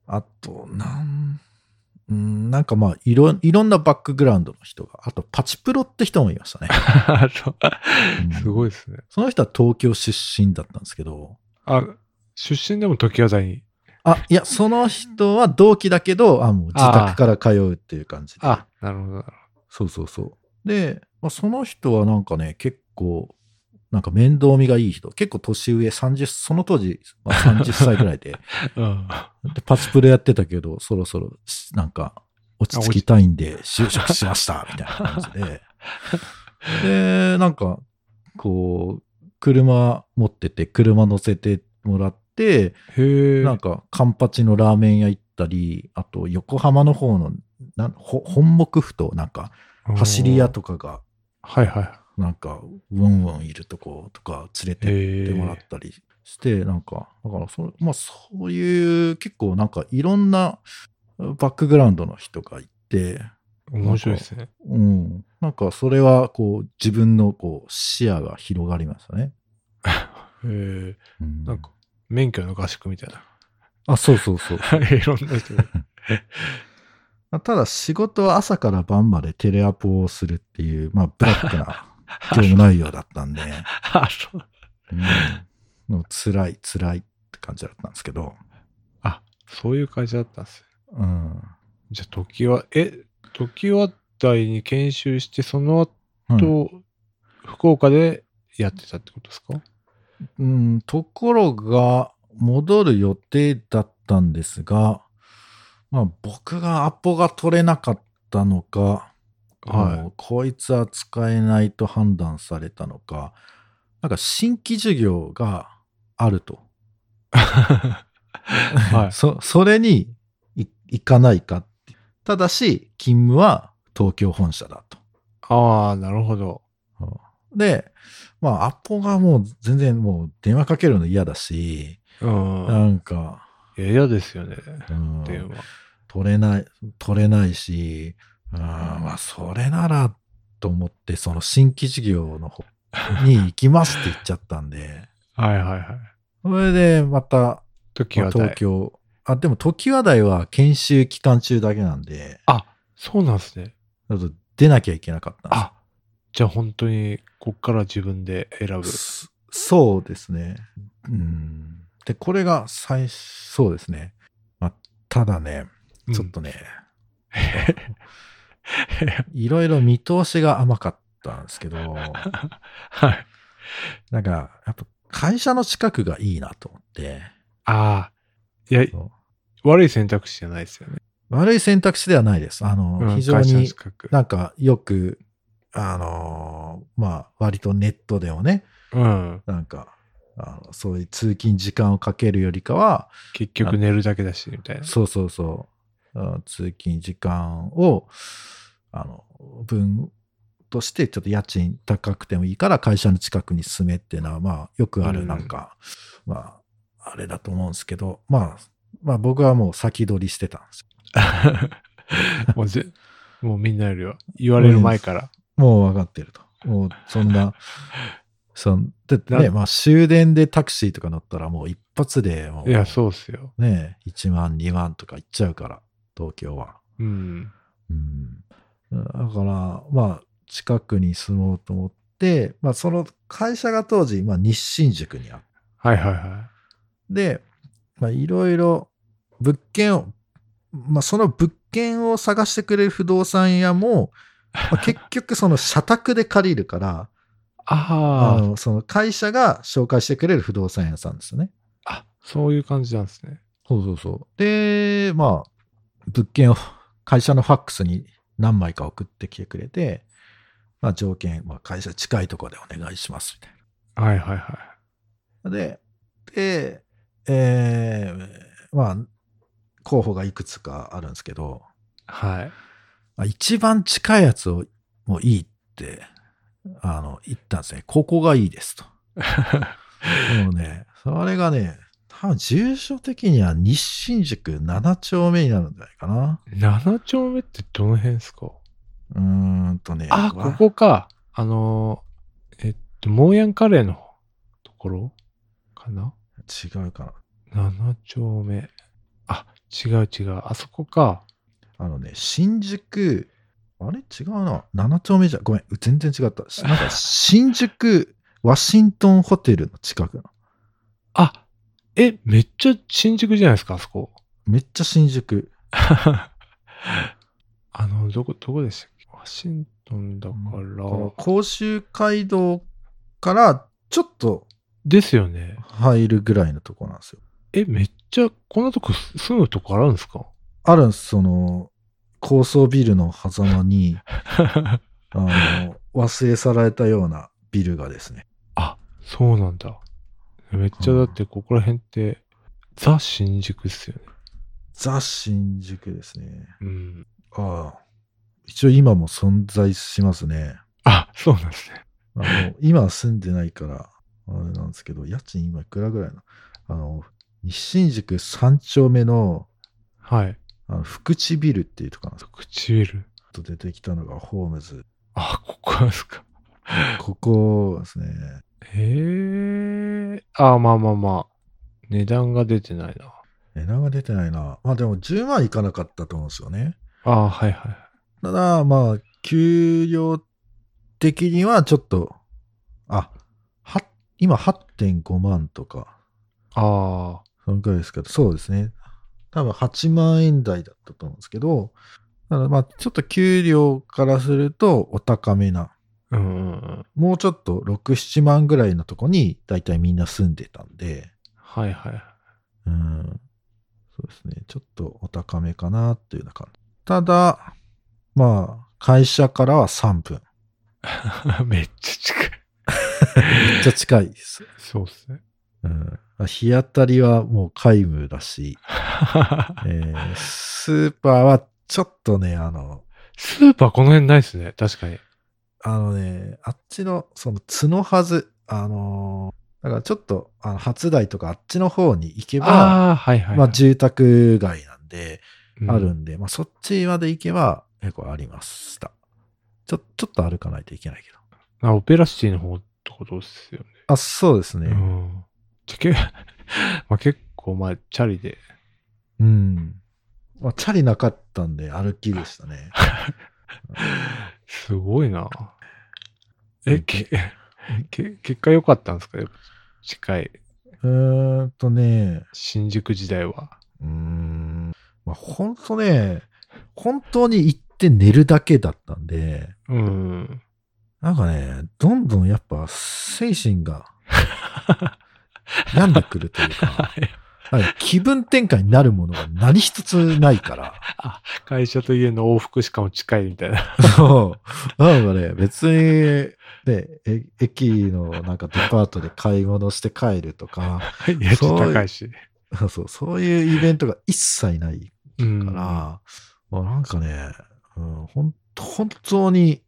Speaker 2: あと、なん、うんなんかまあ、いろ、いろんなバックグラウンドの人が、あと、パチプロって人もいま したね。
Speaker 1: そう
Speaker 2: うん
Speaker 1: すごいですね。
Speaker 2: その人は東京出身だったんですけど、
Speaker 1: あ、出身でも時和台に。
Speaker 2: あ、いや、その人は同期だけど、あ、もう自宅から通うっていう感じで。
Speaker 1: あ、なるほどなるほ
Speaker 2: そうそうそう。で、まあ、その人はなんかね、結構、なんか面倒見がいい人、結構年上30、その当時、まあ、30歳ぐらい で、
Speaker 1: ど。うん。
Speaker 2: でパチプロやってたけど、そろそろし、なんか、落ち着きたいんで、就職しました、みたいな感じで。で、なんか、こう、車持ってて、車乗せてもらって、
Speaker 1: へえ。
Speaker 2: なんか、カンパチのラーメン屋行ったり、あと、横浜の方の、なんほ本木ふ頭、なんか、走り屋とかが、
Speaker 1: はいは
Speaker 2: なんか、ウォンウォンいるとことか、連
Speaker 1: い。
Speaker 2: れて
Speaker 1: へ
Speaker 2: っ
Speaker 1: え。
Speaker 2: てもらったりして、なんか、だからそれ、まあそういう、結構なんかいろんなバックグラウンドの人がいて、
Speaker 1: 面白いです ね。
Speaker 2: うん。なんかそれはこう自分のこう視野が広がりましたね。
Speaker 1: へえ。
Speaker 2: う
Speaker 1: なんか、免許の合宿みたいな。
Speaker 2: あ、そうそうそう。
Speaker 1: いろんな人が。
Speaker 2: まあただ仕事は朝から晩までテレアポをするっていう、まあブラック な業務内容だったんで、
Speaker 1: あ、そう。
Speaker 2: うん、もう辛い辛いって感じだったんですけど、
Speaker 1: あ、そういう会社だったんですね。
Speaker 2: うん。
Speaker 1: じゃあ、時は、え、時は台に研修して、その
Speaker 2: うん
Speaker 1: 後、福岡でやってたってことですか
Speaker 2: うん、ところが、戻る予定だったんですが、まあ僕がアポが取れなかったのか、
Speaker 1: はい
Speaker 2: もうこいつは使えないと判断されたのか、なんか新規事業があると。
Speaker 1: はい。
Speaker 2: そそれにい行かないかってただし、勤務は東京本社だと。
Speaker 1: ああ、なるほど。
Speaker 2: で、まあ、アポがもう全然もう電話かけるの嫌だし、
Speaker 1: うん。
Speaker 2: なんか、
Speaker 1: いや嫌ですよね。
Speaker 2: うん
Speaker 1: 電話。
Speaker 2: 取れない、取れないし、うん、まあ、それならと思って、その新規事業の方に行きますって言っちゃったんで、
Speaker 1: はいはいはい。
Speaker 2: それでまた、
Speaker 1: 時
Speaker 2: ま
Speaker 1: は
Speaker 2: あ東京、あ、でも、時話題は研修期間中だけなんで、
Speaker 1: あ、そうなんですね。
Speaker 2: ちょっと出なきゃいけなかったんです
Speaker 1: あ、じゃあ本当に、こっから自分で選ぶ。
Speaker 2: そそうですね。うん。で、これが最、そうですね。まあ、ただね、
Speaker 1: うん
Speaker 2: ちょっとね、 いろいろ見通しが甘かったんですけど、
Speaker 1: はい。
Speaker 2: なんか、やっぱ会社の近くがいいなと思って、
Speaker 1: ああ。いや、
Speaker 2: そう
Speaker 1: 悪い選択肢じゃないですよね。
Speaker 2: 悪い選択肢ではないです。あの、
Speaker 1: うん
Speaker 2: 非常
Speaker 1: 会社の
Speaker 2: に
Speaker 1: 近く
Speaker 2: なんかよく、あのーまあ、割とネットでもね、
Speaker 1: うん。
Speaker 2: なんか、あのそういう通勤時間をかけるよりかは、
Speaker 1: 結局寝るだけだし、みたいな。
Speaker 2: そうそうそう。うん通勤時間を、あの、分として、ちょっと家賃高くてもいいから会社の近くに住めっていうのは、まあ、よくあ
Speaker 1: う
Speaker 2: る
Speaker 1: ん
Speaker 2: なんか、まあ、あれだと思うんですけど、まあ、まあ僕はもう先取りしてたんですよ。
Speaker 1: もうぜ、もうみんなよりは、言われる前から。
Speaker 2: もう分かってると。もうそ んな、そんで、
Speaker 1: な
Speaker 2: ね、まあ終電でタクシーとか乗ったらもう一発でもう、
Speaker 1: いや、そうっすよ。
Speaker 2: ね、1万、2万とかいっちゃうから、東京は。
Speaker 1: うん。
Speaker 2: うん、だからまあ近くに住もうと思って、まあ、その会社が当時、まあ、日新宿にあっ
Speaker 1: はいはいは
Speaker 2: てまあいろいろ物件を、まあ、その物件を探してくれる不動産屋も、まあ結局その社宅で借りるから
Speaker 1: い。あ
Speaker 2: あ
Speaker 1: あ
Speaker 2: のその会社が紹介してくれる不動産屋さんですよね。
Speaker 1: あ、そういう感じなんですね。
Speaker 2: そうそうそうでまあ物件を 会社のファックスに何枚か送ってきてくれて、まあ、条件、まあ、会社近いところでお願いしますみたい
Speaker 1: はいはいは
Speaker 2: な。で、で、えーまあ、候補がいくつかあるんですけど、
Speaker 1: い。はい。
Speaker 2: まあ一番近いやつをもういいって、あの、言ったんですね。ここがいいですと。もうね、それがね、多分住所的には日新宿7丁目になるんじゃないかな。
Speaker 1: 7丁目ってどの辺ですか
Speaker 2: うーんとね。
Speaker 1: あ、ここか。あのー、えっと、モーヤンカレーのところかな
Speaker 2: 違うかな。
Speaker 1: ?7 丁目。あ、違う違う。あそこか。
Speaker 2: あのね、新宿、あれ違うな。7丁目じゃ、ごめん、全然違 った。しなんか新宿、ワシントンホテルの近くなの。
Speaker 1: あ、え、めっちゃ新宿じゃないですか、あそ こ。
Speaker 2: めっちゃ新宿。
Speaker 1: あの、どこ、どこでしたっけワシントンだか
Speaker 2: この
Speaker 1: ら。
Speaker 2: 甲州街道からちょっと
Speaker 1: ですよね。
Speaker 2: 入るぐらいのとこなんですよ。
Speaker 1: え、めっちゃ、こんなとこ住むとこあるんですか
Speaker 2: あるんです、その、高層ビルの狭間 に、あの、忘れ去られたようなビルがですね。
Speaker 1: あ、そうなんだ。めっちゃだってここら辺って、ザ・新宿っすよね。
Speaker 2: ザ・新宿ですね。
Speaker 1: うん。
Speaker 2: ああ。一応今も存在しますね。
Speaker 1: あ、そうなんですね。
Speaker 2: あの、今は住んでないから、あれなんですけど、家賃今いくらぐらいなあの、日新宿3丁目の、
Speaker 1: はい。
Speaker 2: あの、福地ビルっていうとこなんです
Speaker 1: 唇。
Speaker 2: と出てきたのがホームズ。
Speaker 1: あ、ここですか。
Speaker 2: ここですね。
Speaker 1: へえ。あ、まあまあまあ。値段が出てないな。
Speaker 2: 値段が出てないな。まあでも10万いかなかったと思うんですよね。
Speaker 1: あ、はいはい。
Speaker 2: ただ、まあ、給料的にはちょっと、あ、は、今8.5万とか、
Speaker 1: あ
Speaker 2: そのくらいですけど、そうですね。多分8万円台だったと思うんですけど、ただまあちょっと給料からするとお高めな、
Speaker 1: あ。うんうんうん。
Speaker 2: もうちょっと6、7万ぐらいのとこに大体みんな住んでたんで、
Speaker 1: はいはい。
Speaker 2: うん。そうですね。ちょっとお高めかなっていうような感じ。ただ、まあ、会社からは3分。
Speaker 1: めっちゃ近い。
Speaker 2: めっちゃ近いです。
Speaker 1: そうっすね。
Speaker 2: うん、日当たりはもう皆無だし、えースーパーはちょっとね、あの、
Speaker 1: スーパーこの辺ないっすね。確かに。
Speaker 2: あのね、あっちの、その、角のはず、あのーだからちょっと、あの、初台とかあっちの方に行けば、
Speaker 1: ああ、はいはいはい。
Speaker 2: まあ、住宅街なんで、
Speaker 1: うん
Speaker 2: あるんで、まあ、そっちまで行けば、結構ありました。ちょ、ちょっと歩かないといけないけど。
Speaker 1: あ、オペラシティの方ってことっすよね。
Speaker 2: あ、そうです
Speaker 1: う
Speaker 2: ね。
Speaker 1: ん。じゃけ まあ結構、まあ、チャリで。
Speaker 2: うん。まあ、チャリなかったんで、歩きでした ね。
Speaker 1: すごいな。え、
Speaker 2: うん
Speaker 1: け、 け結果良かったんですかやっぱ近いう
Speaker 2: ーんとね、
Speaker 1: 新宿時代は。
Speaker 2: うーん、まあ、ほんとね、本当に行って寝るだけだったんで、
Speaker 1: うん。
Speaker 2: なんかね、どんどんやっぱ精神が病んでくるというか、なんか気分転換になるものが何一つないから、
Speaker 1: 会社と家の往復しかも近いみたいな。
Speaker 2: そう。なんかね、別に、ね、え駅のなんかデパートで買い物して帰るとか、
Speaker 1: 家賃高いし。
Speaker 2: そう、そういうイベントが一切ないか
Speaker 1: うん。
Speaker 2: ら、まあなんかね、うん、ほん本当に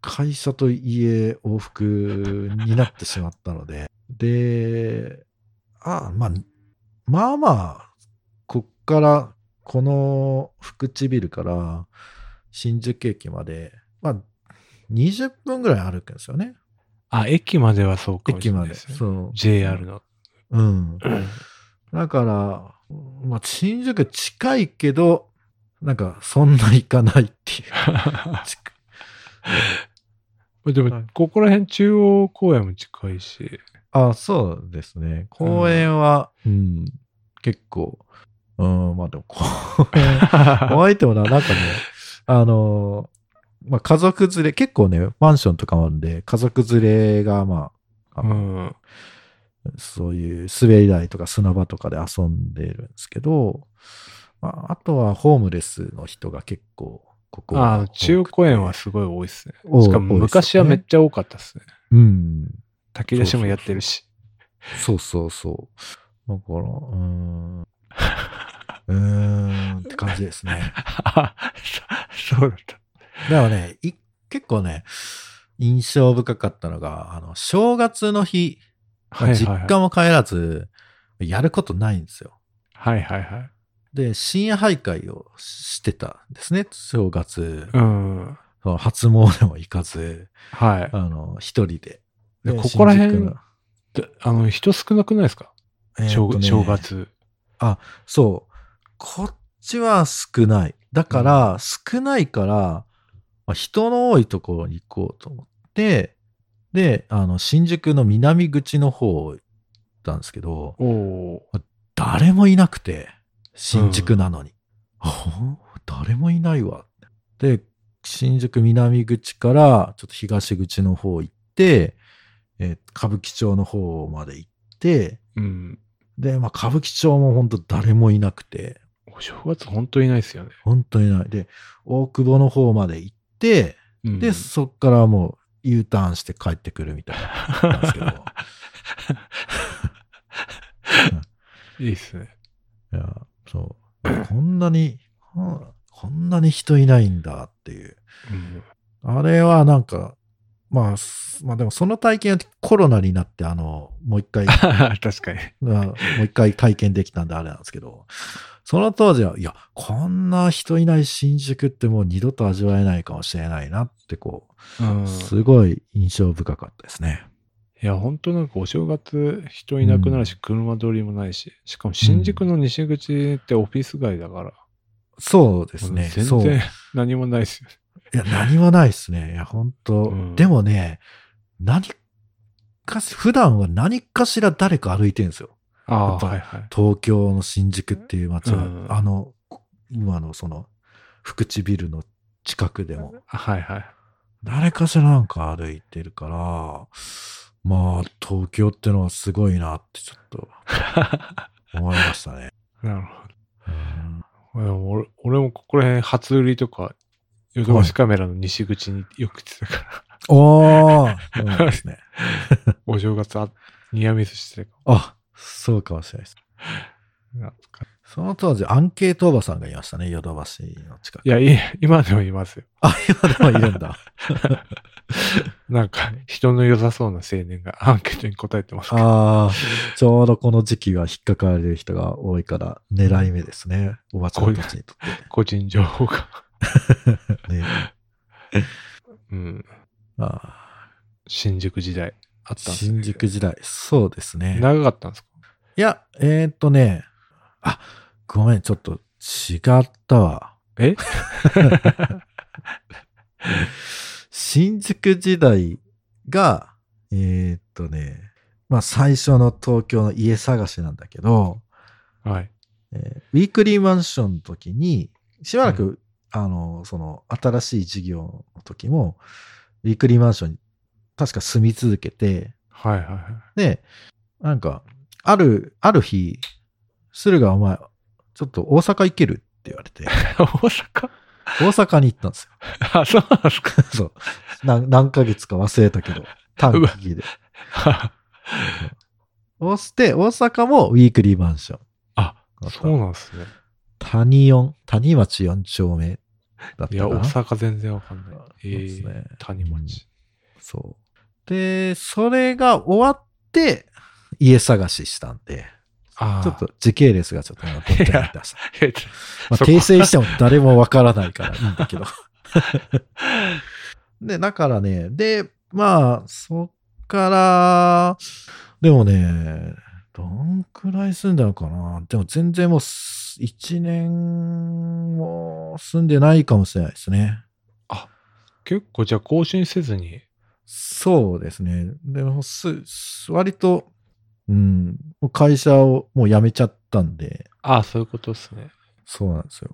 Speaker 2: 会社と家往復になってしまったので、 で、あまあ、まあまあ、こっから、この福地ビルから新宿駅まで、まあ、20分ぐらい歩くんですよね。
Speaker 1: あ、駅まではそうかもし
Speaker 2: 駅
Speaker 1: れな
Speaker 2: ま
Speaker 1: い
Speaker 2: で。
Speaker 1: ですね。
Speaker 2: そう。
Speaker 1: JR の。
Speaker 2: うん。だから、まあ、新宿近いけど、なんか、そんな行かないっていう。近
Speaker 1: で
Speaker 2: はい
Speaker 1: も、ここら辺中央公園も近い し。
Speaker 2: あ、そうですね。公園は、うん、結構、うん、まあでも、公 園、お相手もな、なんかね、あのーまあ、家族連れ、結構ね、マンションとかもあるんで、家族連れが、まあ、あ
Speaker 1: う
Speaker 2: の
Speaker 1: ん。
Speaker 2: そういう滑り台とか砂場とかで遊んでるんですけど、まあ、あとはホームレスの人が結構、ここは
Speaker 1: あ中央公園はすごい多いっすね。
Speaker 2: 多い
Speaker 1: しかも昔はめっちゃ多かったっすね。
Speaker 2: うん、
Speaker 1: 炊き出しもやってるし。
Speaker 2: そうそうそう。だから、うーん。うーんって感じです ね。
Speaker 1: あそそうだった。
Speaker 2: でもね、い結構ね、印象深かったのが、あの、正月の日、
Speaker 1: はいはいはい
Speaker 2: 実家も帰らず、やることないんですよ。
Speaker 1: はいはいはい。
Speaker 2: で、深夜徘徊をしてたんですね、正月。
Speaker 1: うん。
Speaker 2: その初詣も行かず、
Speaker 1: はい
Speaker 2: あの、一人で。
Speaker 1: で
Speaker 2: で
Speaker 1: ここら辺
Speaker 2: 新宿の
Speaker 1: で。あの、人少なくないですか、
Speaker 2: えーっと
Speaker 1: 正
Speaker 2: ね
Speaker 1: 正月。
Speaker 2: そう。こっちは少ない。だから、少ないから、まあ人の多いところに行こうと思って、で、あの、新宿の南口の方行ったんですけど、
Speaker 1: おお
Speaker 2: 誰もいなくて、新宿なのに。あほん誰もいないわ。で、新宿南口から、ちょっと東口の方行って、えー歌舞伎町の方まで行って、
Speaker 1: ー。うん。
Speaker 2: で、まあ、歌舞伎町も本当誰もいなくて、
Speaker 1: お正月本当にないですよね。
Speaker 2: 本当にない。で、大久保の方まで行って、
Speaker 1: うん
Speaker 2: で、そっからもう U ターンして帰ってくるみたいななんですけど。い
Speaker 1: いいっすね。
Speaker 2: や、そう。こんなに、こんこんなに人いないんだっていう。
Speaker 1: うん
Speaker 2: あれはなんか、まあ、すまあでもその体験はコロナになって、あの、もう 一回、あ
Speaker 1: 確かに。
Speaker 2: もう一回体験できたんであれなんですけど、その当時は、いや、こんな人いない新宿ってもう二度と味わえないかもしれないなってこう、
Speaker 1: うん、
Speaker 2: すごい印象深かったですね。
Speaker 1: いや、本当なんかお正月人いなくなるし、車通りもないし、しかも新宿の西口ってオフィス街だから、
Speaker 2: そうですね。
Speaker 1: 全
Speaker 2: そう。
Speaker 1: 然
Speaker 2: い
Speaker 1: 何もないですよね。
Speaker 2: や、何もないですね。いや、本当、
Speaker 1: うん
Speaker 2: でもね、何かし、普段は何かしら誰か歩いてるんですよ。
Speaker 1: あ
Speaker 2: や
Speaker 1: あ
Speaker 2: っぱ
Speaker 1: ー、はいはい。
Speaker 2: 東京の新宿っていう街は、
Speaker 1: うん
Speaker 2: あの、今のその、福地ビルの近くでも、
Speaker 1: あはいはい。
Speaker 2: 誰かしらなんか歩いてるから、まあ、東京ってのはすごいなってちょっ と思いましたね。
Speaker 1: なるほど
Speaker 2: うん
Speaker 1: でも俺。俺もここら辺初売りとかヨドバシカメラの西口によく来てたか
Speaker 2: おーそうです ね。
Speaker 1: ら、 お正月あ、ニアミスしてたか
Speaker 2: あ、そうかもしれないです。
Speaker 1: ら。懐かし
Speaker 2: その当時、アンケートおばさんがいましたね、ヨドバシの近く。
Speaker 1: いいや、い今でもいますよ。
Speaker 2: あ、今でもいるんだ。
Speaker 1: なんか、人の良さそうな青年が アンケートに答えてますけど。
Speaker 2: ああ、ちょうどこの時期が引っかかる人が多いから、狙い目ですね。おばちゃんたちにと
Speaker 1: 個人情報が。
Speaker 2: って。ね、
Speaker 1: うん。
Speaker 2: あ
Speaker 1: 新宿時代。あっ
Speaker 2: ー
Speaker 1: たんですね
Speaker 2: 新宿時代、そうですね。
Speaker 1: 長かったんですか
Speaker 2: いや、えー、っとね、あ、ごめん、ちょっと違ったわ。
Speaker 1: え
Speaker 2: 新宿時代が、えー、っとね、まあ最初の東京の家探しなんだけど、
Speaker 1: はい。
Speaker 2: えーウィークリーマンションの時に、しばらく、あの、その、新しい事業の時も、ウィークリーマンションに確か住み続けて、
Speaker 1: はいはいはい。
Speaker 2: で、なんか、ある、ある日、駿河お前、ちょっと大阪行けるって言わ れて、
Speaker 1: 大阪
Speaker 2: 大阪に行ったんですよ。
Speaker 1: あ、そうなんです か。
Speaker 2: そう。な何ヶ月か忘れたけど、短 期で。そして、大阪もウィークリーマンション。
Speaker 1: あ、
Speaker 2: だった
Speaker 1: そうなんですね。
Speaker 2: 谷四、谷町四丁目だったか
Speaker 1: い
Speaker 2: な。
Speaker 1: や、大阪全然わかんない。え
Speaker 2: そうです
Speaker 1: ー、
Speaker 2: ね。
Speaker 1: 谷町。
Speaker 2: そう。で、それが終わって、家探ししたんで、
Speaker 1: ああ。
Speaker 2: ちょっと時系列がちょっとなんかごっちゃになって ました。
Speaker 1: え。
Speaker 2: まあ、
Speaker 1: そこ
Speaker 2: 訂正しても誰もわからないからいいんだけ ど。で、だからね、で、まあ、そっから、でもね、どんくらい住んだのかなでも全然もうす、1年も住んでないかもしれないですね。
Speaker 1: 結構じゃあ更新せずに。
Speaker 2: そうですね。でもす、す割と、うん、もう会社をもう辞めちゃったんで、
Speaker 1: ああ、そういうことですね。
Speaker 2: そうなんですよ。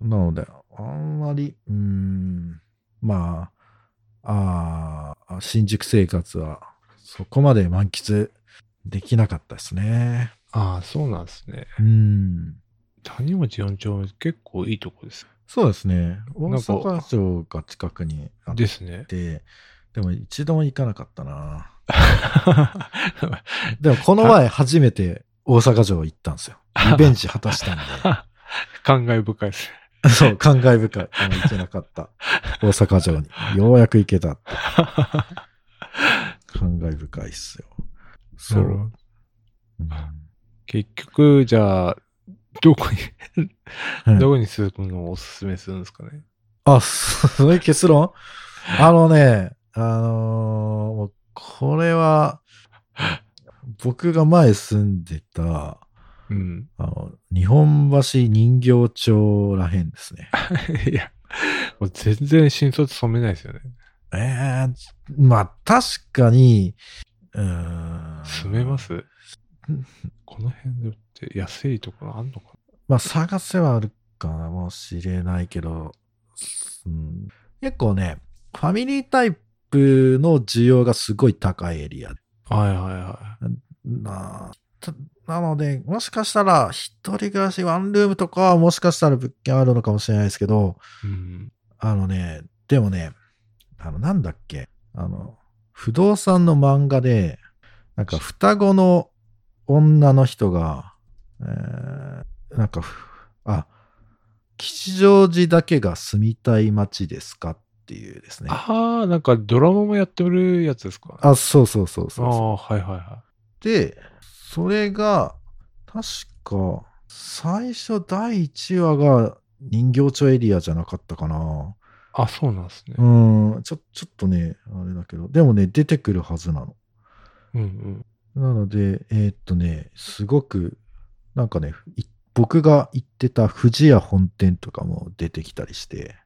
Speaker 2: なので、あんまり、うーん、まあ、あー新宿生活はそこまで満喫できなかったですね。
Speaker 1: ああ、そうなんですね。
Speaker 2: うん。
Speaker 1: 谷町四丁目結構いいとこです。
Speaker 2: そうですね。大
Speaker 1: なんか
Speaker 2: 阪城が近くにあっ
Speaker 1: で
Speaker 2: て、
Speaker 1: すね。
Speaker 2: でも一度も行かなかったな。
Speaker 1: は
Speaker 2: でもこの前初めて大阪城行ったんですよ。リベンジ果たしたん で。
Speaker 1: 感慨深いですね。
Speaker 2: そう、感慨深い。あの行けなかった。大阪城に。ようやく行けた。 感慨深いっすよ。そ
Speaker 1: なるほ
Speaker 2: う
Speaker 1: ど。結局、じゃあ、どこに、
Speaker 2: うん
Speaker 1: どこに鈴くのをおすすめするんですかね。
Speaker 2: あ、そそういう結論あのね、あのーもうこれは、僕が前住んでた、
Speaker 1: うん。
Speaker 2: あの、日本橋人形町らへんですね。
Speaker 1: いや、もう全然新卒染めないですよね。
Speaker 2: ええまあ確かに、うーん。
Speaker 1: 染め ますこの辺で売って安いところあんのか
Speaker 2: まあ探せはあるかもしれないけど、うん、結構ね、ファミリータイプの需要がすごい高いエリア
Speaker 1: なはいはいは
Speaker 2: なあたなので、もしかしたら一人暮らしワンルームとかはもしかしたら物件あるのかもしれないですけど、
Speaker 1: い。うん。
Speaker 2: あのね、でもね、あの、なんだっけ、あの、不動産の漫画で、なんか双子の女の人が、えーなんかふ、あ、吉祥寺だけが住みたい街ですかっていうですね。あ、
Speaker 1: ああ、なんかドラマもやってるやつですか
Speaker 2: そうそうそうそうそう。
Speaker 1: ああー、はいはいは
Speaker 2: で、それが、確か、最初第1話が人形町エリアじゃなかったかな。
Speaker 1: い。あ、そうなんですね。
Speaker 2: うん、ちょ、ちょっとね、あれだけど、でもね、出てくるはずなの。
Speaker 1: うんうん。
Speaker 2: なので、えーっとね、すごく、なんかね、い僕が行ってた富士屋本店とかも出てきたりして、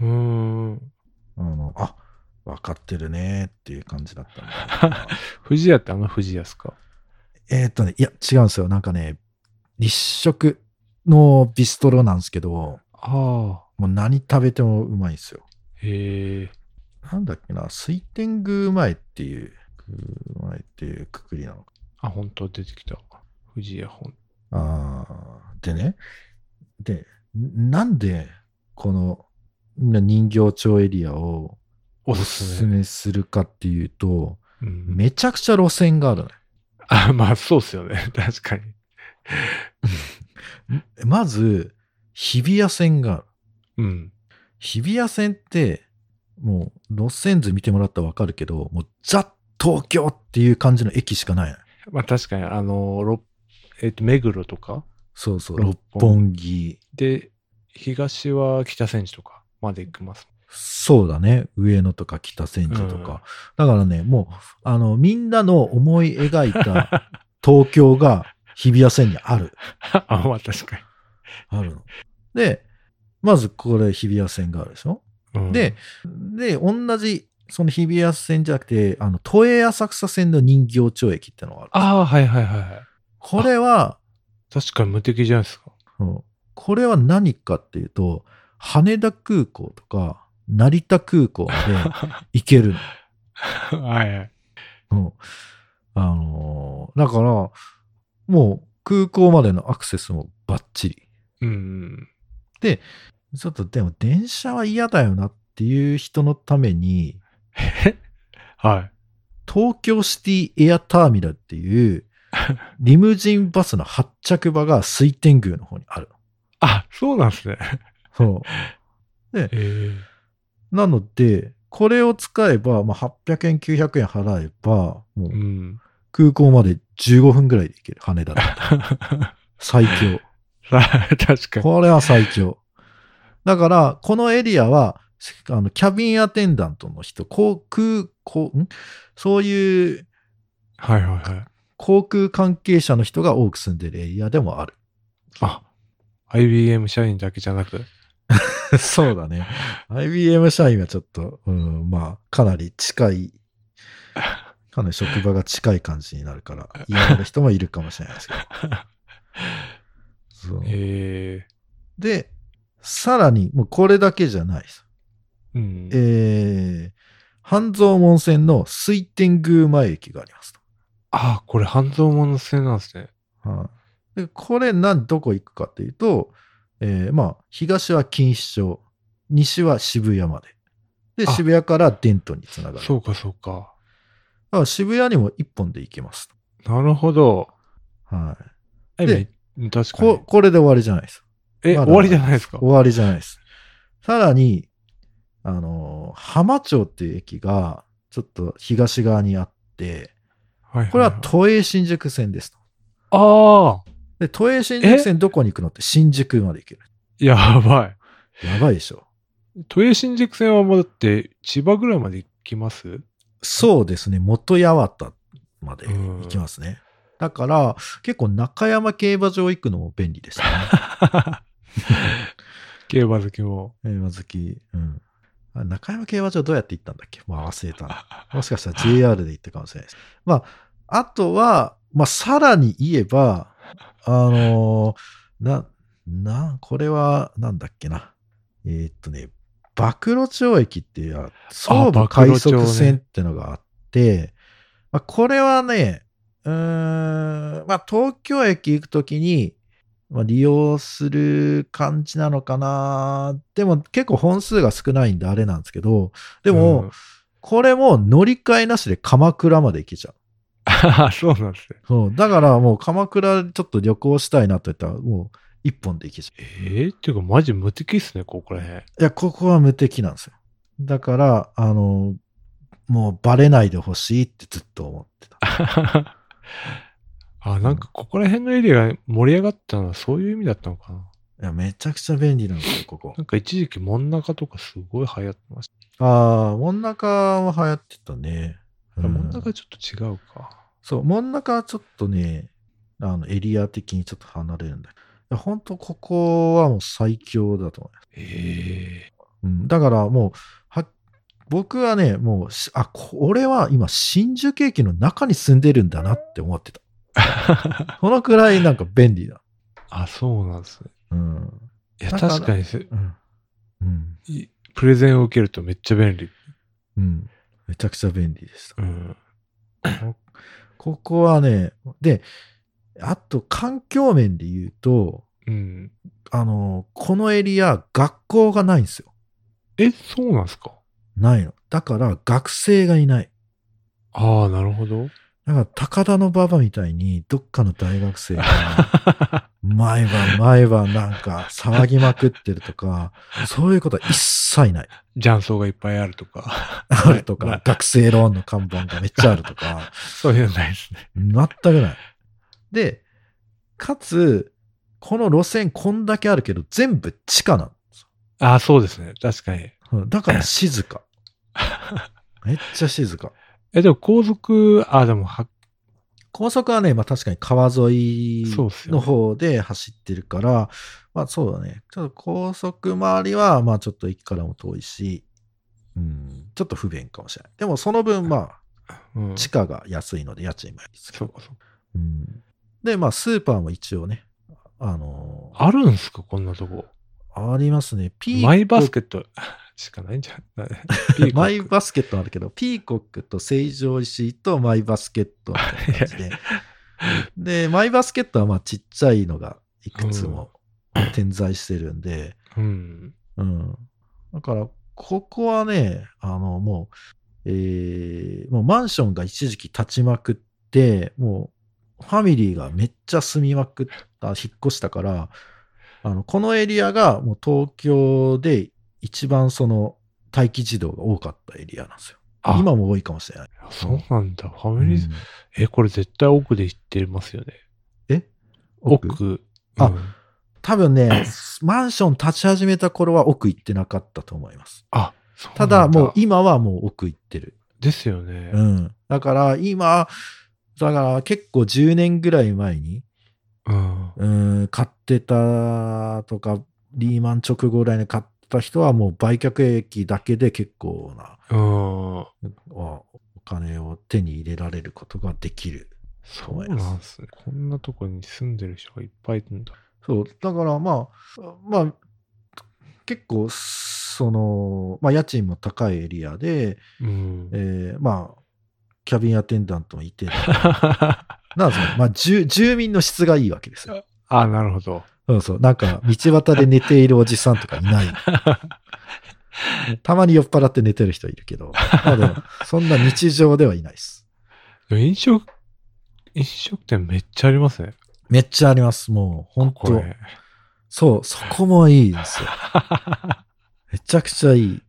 Speaker 1: うーん。
Speaker 2: あの、あ、分かってるねっていう感じだったんだけど
Speaker 1: 藤屋ってあの藤屋ですか
Speaker 2: えーっとね、いや、違うんですよ。なんかね、立食のビストロなんですけど、も
Speaker 1: ああ。
Speaker 2: う何食べてもうまいんですよ。
Speaker 1: へえ。
Speaker 2: なんだっけな、水天宮前っていう、宮前っていうくくりなのか
Speaker 1: あ、本当出てきた。藤屋本。
Speaker 2: あーでね、で、んなんでこの人形町エリアを
Speaker 1: お
Speaker 2: お
Speaker 1: す
Speaker 2: す
Speaker 1: す
Speaker 2: す
Speaker 1: め。
Speaker 2: めするかっていうと、
Speaker 1: うん
Speaker 2: めちゃくちゃ路線があるのよ
Speaker 1: あ、まあそうっすよね。 確かに。
Speaker 2: まず、日比谷線がある。
Speaker 1: うん。
Speaker 2: 日比谷線って、もう路線図見てもらったらわかるけど、もうザ・東京っていう感じの駅しかないのよ
Speaker 1: まあ確かに、あの、ろえっ、と、目黒とか。
Speaker 2: そうそう、
Speaker 1: 六
Speaker 2: 六
Speaker 1: 本
Speaker 2: 本木。
Speaker 1: で、東は北千住とかまで行きます。
Speaker 2: そうだね。上野とか北千住とか。だからね、もう、あの、みんなの思い描 いた東京が日比谷線にある。
Speaker 1: あ、まあ確か
Speaker 2: あるの。で、まずこれ日比谷線があるでしょ
Speaker 1: に。うん
Speaker 2: で、で、同じ、その日比谷線じゃなくて、あの、都営浅草線の人形町駅ってのがある。
Speaker 1: ああ、はいはいはいはい。
Speaker 2: これは、
Speaker 1: 確かに無敵じゃないですか。
Speaker 2: うんこれは何かっていうと、羽田空港とか、成田空港まで行ける
Speaker 1: はいはい。
Speaker 2: の。うんあのーだから、もう空港までのアクセスもバッチリ。
Speaker 1: うん。
Speaker 2: ちょっとでも電車は嫌だよなっていう人のために、
Speaker 1: は
Speaker 2: 東京シティエアターミナルっていうリムジンバスの発着場が水天宮の方にある。
Speaker 1: い。 あ、そうなんですね。
Speaker 2: そう。で、
Speaker 1: ええ。
Speaker 2: なので、これを使えば、まあ、800円、900円払えば、もう
Speaker 1: うん。
Speaker 2: 空港まで15分ぐらいで行ける。羽田だと最強。
Speaker 1: さあ 確かに。
Speaker 2: これは最強。だから、このエリアは、あの、キャビンアテンダントの人、航空、こうんそういう
Speaker 1: はいはいはい。
Speaker 2: 航空関係者の人が多く住んでるエリアでもある。
Speaker 1: あ、IBM 社員だけじゃなく。
Speaker 2: そうだね。IBM 社員はちょっと、うん、まあ、かなり近い、かなり職場が近い感じになるから、嫌がる人もいるかもしれないです けど。そう
Speaker 1: ええ。
Speaker 2: で、さらに、もうこれだけじゃないです。
Speaker 1: うん。
Speaker 2: えー、半蔵門線の水天宮前駅があります
Speaker 1: ああ、これ半蔵門のせいなんですね。
Speaker 2: と。はいでこれなん、どこ行くかっていうと、えーまあ、東は錦糸町、西は渋谷まで。で、
Speaker 1: あ
Speaker 2: 渋谷から伝統につながる。
Speaker 1: そうかそうか。
Speaker 2: だから渋谷にも一本で行けます。
Speaker 1: なるほど。
Speaker 2: はい。
Speaker 1: え、
Speaker 2: で
Speaker 1: め確か
Speaker 2: こ
Speaker 1: に。
Speaker 2: これで終わりじゃないです。
Speaker 1: え、
Speaker 2: まだ
Speaker 1: 終わりじゃないですか。
Speaker 2: 終わりじゃないです。さらに、あのー浜町っていう駅が、ちょっと東側にあって、
Speaker 1: はいいい
Speaker 2: これは都営新宿線ですと。
Speaker 1: ああ
Speaker 2: で、都営新宿線どこに行くのって新宿まで行ける。
Speaker 1: やばい。
Speaker 2: やばいでしょ。
Speaker 1: 都営新宿線はもうだって千葉ぐらいまで行き ます
Speaker 2: そうですね、元八幡まで行きますね。だから、結構中山競馬場行くのも便利ですね。
Speaker 1: 競馬好きも。
Speaker 2: 競馬好き。うん。あ中山競馬場どうやって行ったんだっけまあ忘れたな。もしかしたら JR で行ったかもしれないです。まあ、あとは、まあ、さらに言えば、あのーな、な、これは、なんだっけな。えーっとね、暴露町駅っていう、総武快速線ってのがあって、まあ、これはね、うーん、まあ、東京駅行くときに、まあ、利用する感じなのかな。でも結構本数が少ないんであれなんですけど、でも、
Speaker 1: うん、
Speaker 2: これも乗り換えなしで鎌倉まで行けちゃう。
Speaker 1: あそうなん ですね。
Speaker 2: そう。だからもう鎌倉ちょっと旅行したいなと言ったら、もう一本で行けちゃ
Speaker 1: えー、っていうかマジ無敵っすね、ここら辺。
Speaker 2: う。いや、ここは無敵なんですよ。だから、あの、もうバレないでほしいってずっと思ってた。
Speaker 1: あ、なんかここら辺のエリアが盛り上がったのはそういう意味だったのかな。
Speaker 2: いや、めちゃくちゃ便利なんですよ、ここ
Speaker 1: な。んか一時期真ん中とかすごい流行ってました。
Speaker 2: ああ、真ん中は流行ってたね。う
Speaker 1: 真ん中ちょっと違うか。
Speaker 2: そう、真ん中はちょっとね、あの、エリア的にちょっと離れるんだけど。本当ここはもう最強だと思う。
Speaker 1: え
Speaker 2: うん、だからもうは、僕はね、もうし、あ、これは今、新宿駅の中に住んでるんだなって思 ってた。
Speaker 1: ー
Speaker 2: そのくらいなんか便利だ。
Speaker 1: あ、そうなんですね。
Speaker 2: うん。
Speaker 1: いや、
Speaker 2: だから
Speaker 1: 確かにせ
Speaker 2: うん。うん。
Speaker 1: いプレゼンを受けるとめっちゃ便利。
Speaker 2: うん。めちゃくちゃ便利でした。
Speaker 1: うん。
Speaker 2: ここはね、で、あと、環境面で言うと、
Speaker 1: うん。
Speaker 2: あの、このエリア、学校がないんですよ。
Speaker 1: え、そうなんですか
Speaker 2: ないの。だから学生がいない。
Speaker 1: ああ、なるほど。
Speaker 2: だから高田の馬場みたいにどっかの大学 生が毎晩毎晩なんか騒ぎまくってるとか、そういうことは一切ない。
Speaker 1: 雀荘がいっぱいあるとか、
Speaker 2: あると
Speaker 1: な
Speaker 2: か、学生ローンの看板がめっちゃあるとか。
Speaker 1: そういうのないですね。
Speaker 2: 全くない。で、かつ、この路線こんだけあるけど、全部地下なんです
Speaker 1: ああ、そうですね。確かに。
Speaker 2: ようんだから静 か。めっちゃ静か。
Speaker 1: え、でも皇族、ああ、でもは、
Speaker 2: 高速はね、まあ確かに川沿い
Speaker 1: そうっすよね
Speaker 2: の方で走ってるから、まあそうだね。ちょっと高速周りは、まあちょっと駅からも遠いし、うん、ちょっと不便かもしれない。でもその分、ま
Speaker 1: うん
Speaker 2: あ、地下が安いので家賃も安いですけ
Speaker 1: そ
Speaker 2: ど
Speaker 1: うかそうか。
Speaker 2: うんで、まあスーパーも一応ね、あのー
Speaker 1: あるんすかこんなとこ。
Speaker 2: ありますね。ピーコ
Speaker 1: マイバスケット しかないんじゃないピーコッ ク
Speaker 2: マイバスケットあるけど、ピーコックと成城石井とマイバスケットみたいな感じで。で、マイバスケットはまあちっちゃいのがいくつも点在してるんで、
Speaker 1: うん。
Speaker 2: うん。だから、ここはね、あの、もう、えー、もうマンションが一時期立ちまくって、もう、ファミリーがめっちゃ住みまくった、引っ越したから、あの、このエリアがもう東京で一番その、待機児童が多かったエリアなんですよ。
Speaker 1: あ、
Speaker 2: 今も多いかもしれない。
Speaker 1: そうなんだ。ファ
Speaker 2: う
Speaker 1: ミリーズ、
Speaker 2: ん
Speaker 1: え、これ絶対奥で行ってますよね。
Speaker 2: え
Speaker 1: 奥。
Speaker 2: 奥
Speaker 1: うん
Speaker 2: あ多分ね、マンション立ち始めた頃は奥行ってなかったと思います。
Speaker 1: あ、そうな
Speaker 2: た
Speaker 1: んだ
Speaker 2: だもう今はもう奥行ってる。
Speaker 1: ですよね。
Speaker 2: うん。だから今、だから結構10年ぐらい前に、
Speaker 1: うん。
Speaker 2: うん、買ってたとか、リーマン直後ぐらいに買った人はもう売却益だけで結構な
Speaker 1: うん。
Speaker 2: おお金を手に入れられることができる。
Speaker 1: そうなんですね。こんなとこに住んでる人がいっぱいいるんだ。
Speaker 2: そう。だからまあ、まあ、結構、その、まあ家賃も高いエリアで、
Speaker 1: うん。
Speaker 2: えーまあ、キャビンアテンダントもいて、なんですか、まあ住住民の質がいいわけですよ。
Speaker 1: あ、なるほど。
Speaker 2: そうそう。なんか、道端で寝ているおじさんとかいない。たまに酔っ払って寝てる人いるけど、まあでもそんな日常ではいないです。
Speaker 1: でも飲食、飲食店めっちゃありますね。
Speaker 2: めっちゃあります。もう、本
Speaker 1: こ
Speaker 2: 当
Speaker 1: れ。
Speaker 2: そう、そこもいいですよ。めちゃくちゃいい。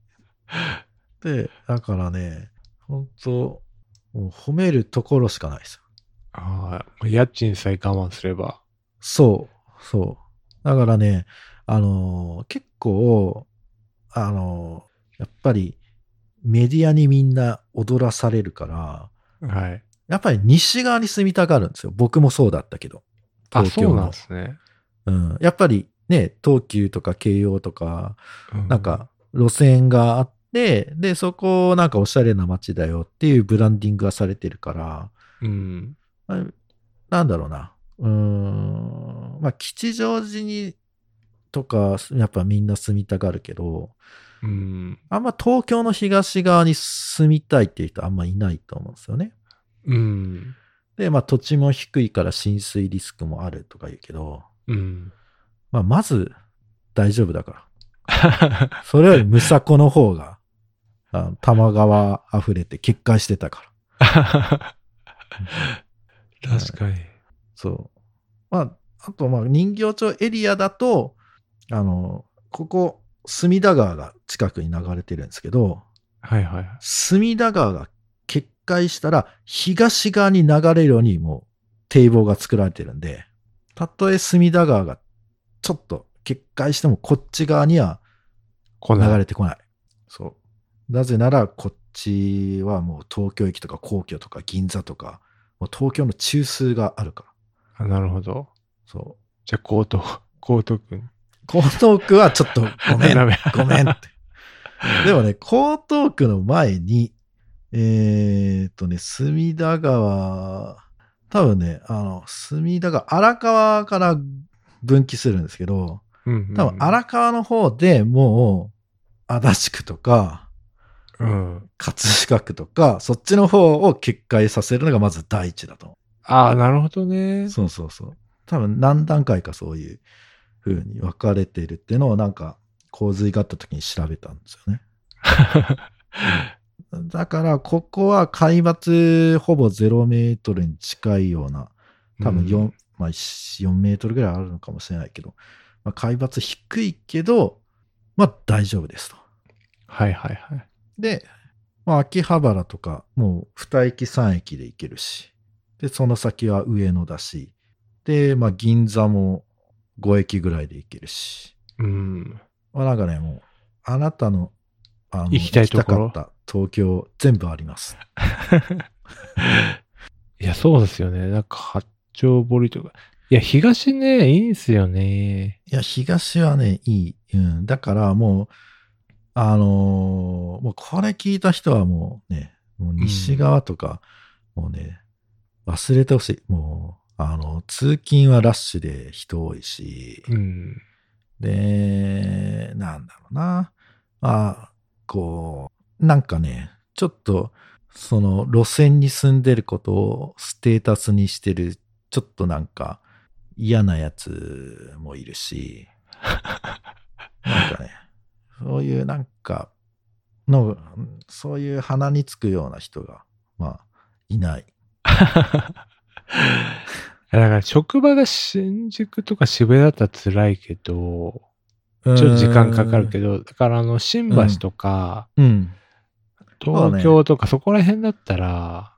Speaker 2: で、だからね、本当もう褒めるところしかないですよ。
Speaker 1: ああ、家賃さえ我慢すれば。
Speaker 2: そう、そう。だからね、あのー結構、あのーやっぱりメディアにみんな踊らされるから、
Speaker 1: はい。
Speaker 2: やっぱり西側に住みたがるんですよ。僕もそうだったけど。
Speaker 1: あ、
Speaker 2: 東
Speaker 1: そ
Speaker 2: 京
Speaker 1: う
Speaker 2: の
Speaker 1: なんですね。
Speaker 2: うん。やっぱりね、東急とか京葉とか、
Speaker 1: う
Speaker 2: なん、か路線があって、で、そこをなんかおしゃれな街だよっていうブランディングがされてるから、
Speaker 1: うん。
Speaker 2: まあなんだろうな。うーん。まあ、吉祥寺に、とか、やっぱみんな住みたがるけど、
Speaker 1: うん。
Speaker 2: あんま東京の東側に住みたいっていう人あんまいないと思うんですよね。
Speaker 1: うん。
Speaker 2: で、まあ、土地も低いから浸水リスクもあるとか言うけど、
Speaker 1: うん。
Speaker 2: まあ、まず大丈夫だから。それより、ムサコの方が、あの多摩川溢れて決壊してたから。
Speaker 1: 確かに。
Speaker 2: そう。まあ、あと、まあ、人形町エリアだと、あの、ここ、隅田川が近くに流れてるんですけど、
Speaker 1: はいはいはい。
Speaker 2: 隅田川が決壊したら、東側に流れるようにもう堤防が作られてるんで、たとえ隅田川がちょっと決壊してもこっち側には
Speaker 1: こん
Speaker 2: 流
Speaker 1: な。
Speaker 2: れてこない。そう。なぜなら、こっちはもう東京駅とか皇居とか銀座とか、もう東京の中枢があるから。
Speaker 1: あなるほど。
Speaker 2: そう。
Speaker 1: じゃあ、江東、江東区に。
Speaker 2: 江東区はちょっとご めん、
Speaker 1: ダメ
Speaker 2: ごめんって。でもね、江東区の前に、えー、っとね、隅田川、多分ね、あの、隅田川、荒川から分岐するんですけど、
Speaker 1: うんうん。
Speaker 2: 多分荒川の方でもう、足立区とか、
Speaker 1: うん。
Speaker 2: 葛飾区とか、そっちの方を決壊させるのがまず第一だと思
Speaker 1: ああ、なるほどね
Speaker 2: う。。そうそうそう。多分何段階かそういう風に分かれているっていうのをなんか、洪水があった時に調べたんですよね。だから、ここは海抜ほぼ0メートルに近いような、多分4、
Speaker 1: う
Speaker 2: まあ、4メートルぐらいあるのかもしれないけど、まあ、海抜低いけど、まあ大丈夫ですと。
Speaker 1: はいはいはい。
Speaker 2: で、まあ、秋葉原とか、もう2駅3駅で行けるし、で、その先は上野だし、で、まあ、銀座も5駅ぐらいで行けるし、
Speaker 1: うん。
Speaker 2: まあ、なんかね、もう、あなたの、あの
Speaker 1: 行きたいところ
Speaker 2: 行きたかった東京、全部あります。
Speaker 1: いや、そうですよね。なんか、八丁堀とか。いや、東ね、いいんすよね。
Speaker 2: いや、東はね、いい。うん。だからもう、あのーもうこれ聞いた人はもうね、もう西側とか、もうね、忘れてほしい。もう、あの、通勤はラッシュで人多いし、
Speaker 1: うん。
Speaker 2: で、なんだろうな。まあ、こう、なんかね、ちょっと、その路線に住んでることをステータスにしてる、ちょっとなんか嫌なやつもい るし、なんかね、そういうなんか、の、そういう鼻につくような人が、まあ、いない。
Speaker 1: だから、職場が新宿とか渋谷だったら辛いけど、
Speaker 2: ちょ
Speaker 1: ちょっと時間かかるけど、だからあの、新橋とか、
Speaker 2: ど。うん。うん
Speaker 1: 東京とかそこら辺だったら、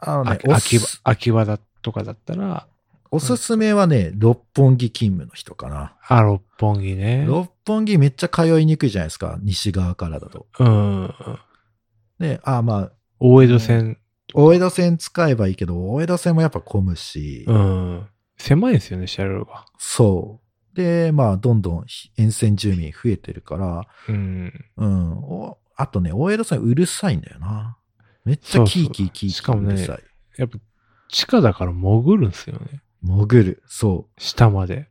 Speaker 2: あの
Speaker 1: あ
Speaker 2: ね、お
Speaker 1: 秋葉
Speaker 2: す、
Speaker 1: 秋葉だとかだったら、
Speaker 2: おすすめはね、六本木勤務の人かな。
Speaker 1: あ、六本木ね。
Speaker 2: 六本木めっちゃ通いにくいじゃないですか、西側からだと。
Speaker 1: うん。
Speaker 2: で、あまあ、
Speaker 1: 大江戸線、
Speaker 2: 大江戸線使えばいいけど、大江戸線もやっぱ混むし、
Speaker 1: うん。狭いんですよね、車両が。
Speaker 2: そう。で、まあ、どんどん沿線住民増えてるから、
Speaker 1: うん。
Speaker 2: うん。おあとね、大江戸線うるさいんだよな。めっちゃキーキーキーキ
Speaker 1: しか
Speaker 2: ー
Speaker 1: もね
Speaker 2: うるさい。
Speaker 1: やっぱ、地下だから潜るんですよね。
Speaker 2: 潜る。そ
Speaker 1: 下まで。
Speaker 2: う。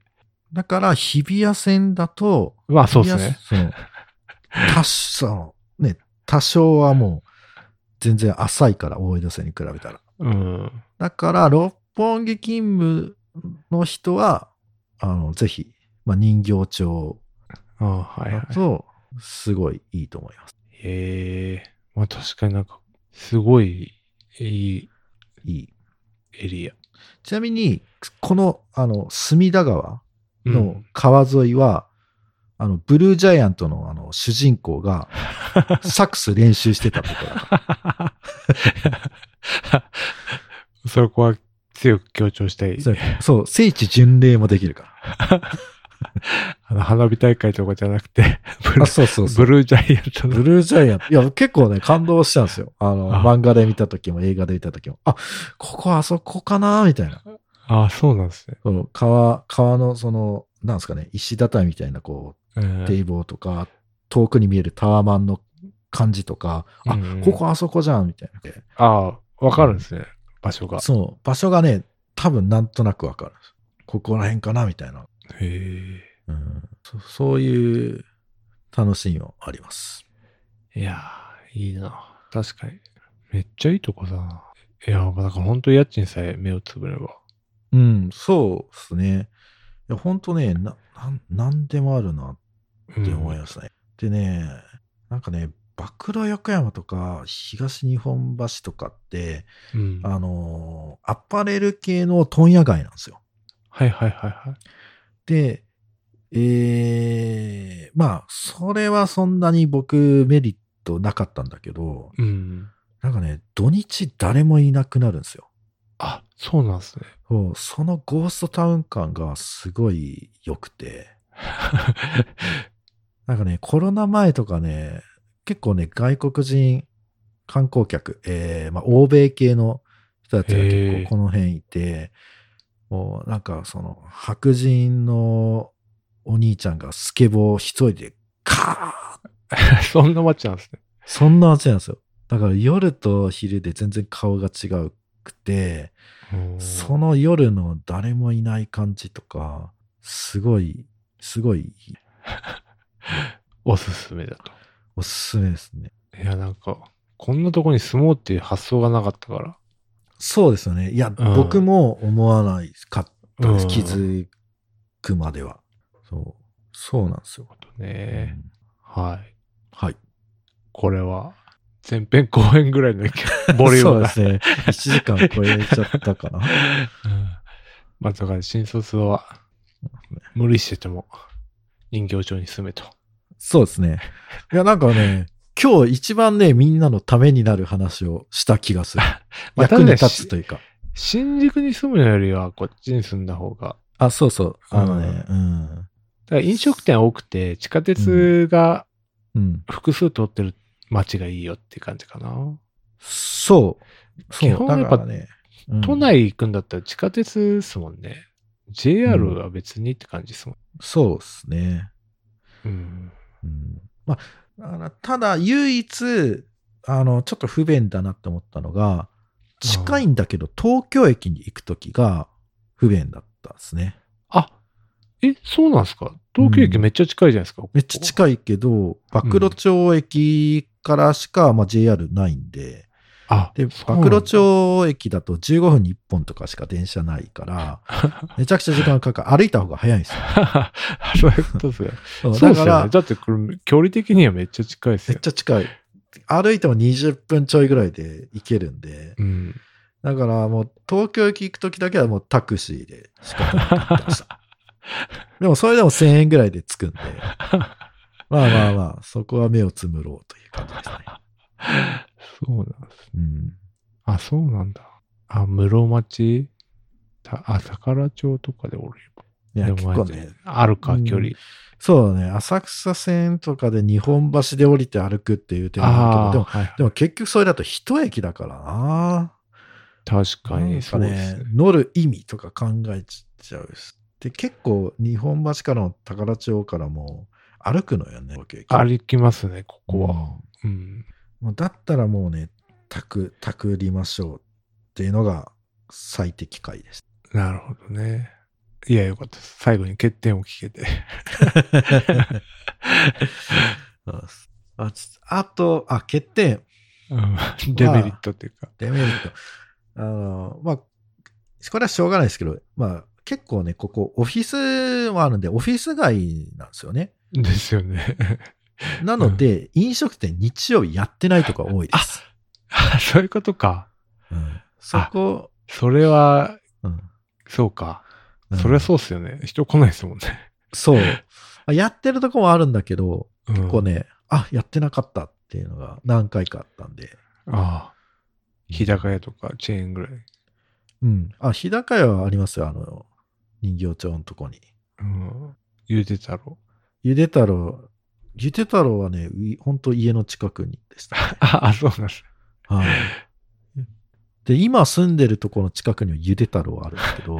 Speaker 2: だから、日比谷線だと、
Speaker 1: まあ、そうですね。
Speaker 2: いや。そう多しそのね、多少はもう、全然浅いから、大江戸線に比べたら。
Speaker 1: うん。
Speaker 2: だから、六本木勤務の人は、あの、ぜひ、まあ、人形町
Speaker 1: あはいは
Speaker 2: だ
Speaker 1: い。
Speaker 2: と、すごいいいと思います。
Speaker 1: へえ。まあ、確かになんか、すごいいい
Speaker 2: いい。
Speaker 1: エリア。
Speaker 2: ちなみに、この、あの、隅田川
Speaker 1: うん
Speaker 2: の川沿いは、あの、ブルージャイアントの、あの、主人公が、サックス練習してたところだから。
Speaker 1: そこは強く強調したい。
Speaker 2: そうそう、聖地巡礼もできるから。
Speaker 1: あの花火大会とかじゃなくて、ブルー
Speaker 2: あ、そうそうそう。
Speaker 1: ブルージャイアント
Speaker 2: ブ
Speaker 1: の。
Speaker 2: ルージャイアント。いや、結構ね、感動したんですよ。あの、
Speaker 1: あ
Speaker 2: 漫画で見た時も映画で見た時も。あ、ここあそこかなみたいな。
Speaker 1: ああ、そうなんですね。
Speaker 2: その川、川のその、なんですかね、石畳みたいなこ
Speaker 1: うん
Speaker 2: う、堤防とか、遠くに見えるタワマンの感じとか、あ、
Speaker 1: うん
Speaker 2: ここあそこじゃんみたいな。
Speaker 1: ああ、わかるんですね。場所が。
Speaker 2: そう、場所がね、多分なんとなくわかる。ここら辺かなみたいな、
Speaker 1: へえ。
Speaker 2: うんそ。そういう楽しみもあります。
Speaker 1: いやー、いいな。確かに。めっちゃいいとこだな。いやー、だから本当家賃さえ目をつぶれば。
Speaker 2: うん、そうですね。いや、ほんとね、な、なん、なんでもあるな
Speaker 1: うん
Speaker 2: って思いますね。でね、なんかね、曝露横山とか東日本橋とかって、
Speaker 1: うん
Speaker 2: あのーアパレル系の問屋街なんですよ。
Speaker 1: はいはいはいはい。
Speaker 2: で、えー、まあ、それはそんなに僕メリットなかったんだけど、
Speaker 1: うん。
Speaker 2: なんかね、土日誰もいなくなるんですよ。
Speaker 1: あ、そうなんですね。
Speaker 2: そうそのゴーストタウン感がすごい良くて、なんかね、コロナ前とかね、結構ね、外国人観光客、えーまあ、欧米系の人たち
Speaker 1: へ
Speaker 2: が結
Speaker 1: ー
Speaker 2: 構この辺いて、もうなんかその白人のお兄ちゃんがスケボー一人でカーッ
Speaker 1: そんな街なんですね。
Speaker 2: そんな街なんですよ。だから夜と昼で全然顔が違うくて、
Speaker 1: うん
Speaker 2: その夜の誰もいない感じとか、すごい、すごい
Speaker 1: おすすめだと。
Speaker 2: おすすめですね。
Speaker 1: いや、なんか、こんなとこに住もうっていう発想がなかったから。
Speaker 2: そうですよね。いや、
Speaker 1: ん
Speaker 2: 僕も思わないかったです。
Speaker 1: うん
Speaker 2: 気づくまでは。そう。そうなんですよ。
Speaker 1: ほどね。
Speaker 2: うん
Speaker 1: はい。
Speaker 2: はい。
Speaker 1: これは、前編後編ぐら いのボリュームだ。
Speaker 2: そうですね。1時間超えちゃっ たかな。
Speaker 1: うんまあ、だから、新卒は、無理してても、人形町に住めと。
Speaker 2: そうですね。いや、なんかね、今日一番ね、みんなのためになる話をした気がする。
Speaker 1: まあ
Speaker 2: 役に立つというか。
Speaker 1: 新宿に住むのよりは、こっちに住んだ方が、
Speaker 2: あ、そうそう。あのね、うん。
Speaker 1: だから飲食店多くて、地下鉄が
Speaker 2: うん。
Speaker 1: 複数通ってる街がいいよっていう感じかな。
Speaker 2: そう。そう
Speaker 1: 基本やっぱ
Speaker 2: だからね、うん
Speaker 1: 都内行くんだったら地下鉄ですもんね。JR は別にって感じですもん。
Speaker 2: そうですね。
Speaker 1: うん。
Speaker 2: うんまあ、だからただ唯一、あの、ちょっと不便だなって思ったのが、近いんだけど東京駅に行くときが不便だったんですね。
Speaker 1: あ、え、そうなんですか東京駅めっちゃ近いじゃないですか。
Speaker 2: めっちゃ近いけど、曝露町駅からしか、まあ、JR ないんで、
Speaker 1: あ、
Speaker 2: で、
Speaker 1: そうな
Speaker 2: 曝
Speaker 1: んだ
Speaker 2: 露。町駅だと15分に1本とかしか電車ない から、めちゃくちゃ時間かかる。歩いた方が早いんです
Speaker 1: そういうことですよ。
Speaker 2: よ。
Speaker 1: そう
Speaker 2: だ
Speaker 1: ですよ
Speaker 2: から
Speaker 1: ね。、だってこれ、距離的にはめっちゃ近いです
Speaker 2: めっ
Speaker 1: よ。
Speaker 2: ちゃ近い。歩いても20分ちょいぐらいで行けるんで、
Speaker 1: うん。
Speaker 2: だからもう東京駅行くときだけはもうタクシーでしか行ってました。 でもそれでも1000円ぐらいで着くん で、まあまあまあ、そこは目をつむろうという感じですね。
Speaker 1: そうなんです。
Speaker 2: うん、
Speaker 1: あ、そうなんだ。あ、室町たあ、宝町とかで降りれば。
Speaker 2: いや、
Speaker 1: でも
Speaker 2: 結構ね、
Speaker 1: あるか
Speaker 2: う、ん
Speaker 1: 距離。
Speaker 2: そうだね、浅草線とかで日本橋で降りて歩くっていう点も
Speaker 1: ああ、
Speaker 2: あるけど、でも、
Speaker 1: はいはい
Speaker 2: でも結局それだと一駅だからな。
Speaker 1: 確か
Speaker 2: なん
Speaker 1: に、
Speaker 2: か
Speaker 1: そうです
Speaker 2: ね
Speaker 1: ね。、
Speaker 2: 乗る意味とか考えちゃうし。で、結構日本橋からの宝町からも歩くのよね、東京駅
Speaker 1: 歩きますね、ここは。
Speaker 2: も
Speaker 1: うん。
Speaker 2: うだったらもうね、たく、たくりましょうっていうのが最適解です。
Speaker 1: なるほどね。いや、よかったです。最後に欠点を聞けて。
Speaker 2: あつあと、あ、欠点、
Speaker 1: うんデメリットっていうか。
Speaker 2: デメリット。あの、まあ、これはしょうがないですけど、まあ、結構ね、ここ、オフィスはあるんで、オフィス街なんですよね。
Speaker 1: ですよね。
Speaker 2: なので、飲食店日曜日やってないとか多いです。
Speaker 1: あそういうことか。
Speaker 2: うんそこ、
Speaker 1: それは、
Speaker 2: うん
Speaker 1: そうか。
Speaker 2: うん
Speaker 1: それはそうっすよね。人来ないですもんね。
Speaker 2: そう。あやってるとこもあるんだけど、
Speaker 1: うん
Speaker 2: こうね、あ、やってなかったっていうのが何回かあったんで。
Speaker 1: ああ。日高屋とかチェーンぐらい。
Speaker 2: うん。あ、日高屋はありますよ、あの、人形町のとこに。
Speaker 1: うん。言うてたろ。
Speaker 2: ゆで太郎、ゆで太郎はね、いほんと家の近くにでした。
Speaker 1: ああ、そうなんです。
Speaker 2: はい。で、今住んでるところの近くにはゆで太郎あるんですけど、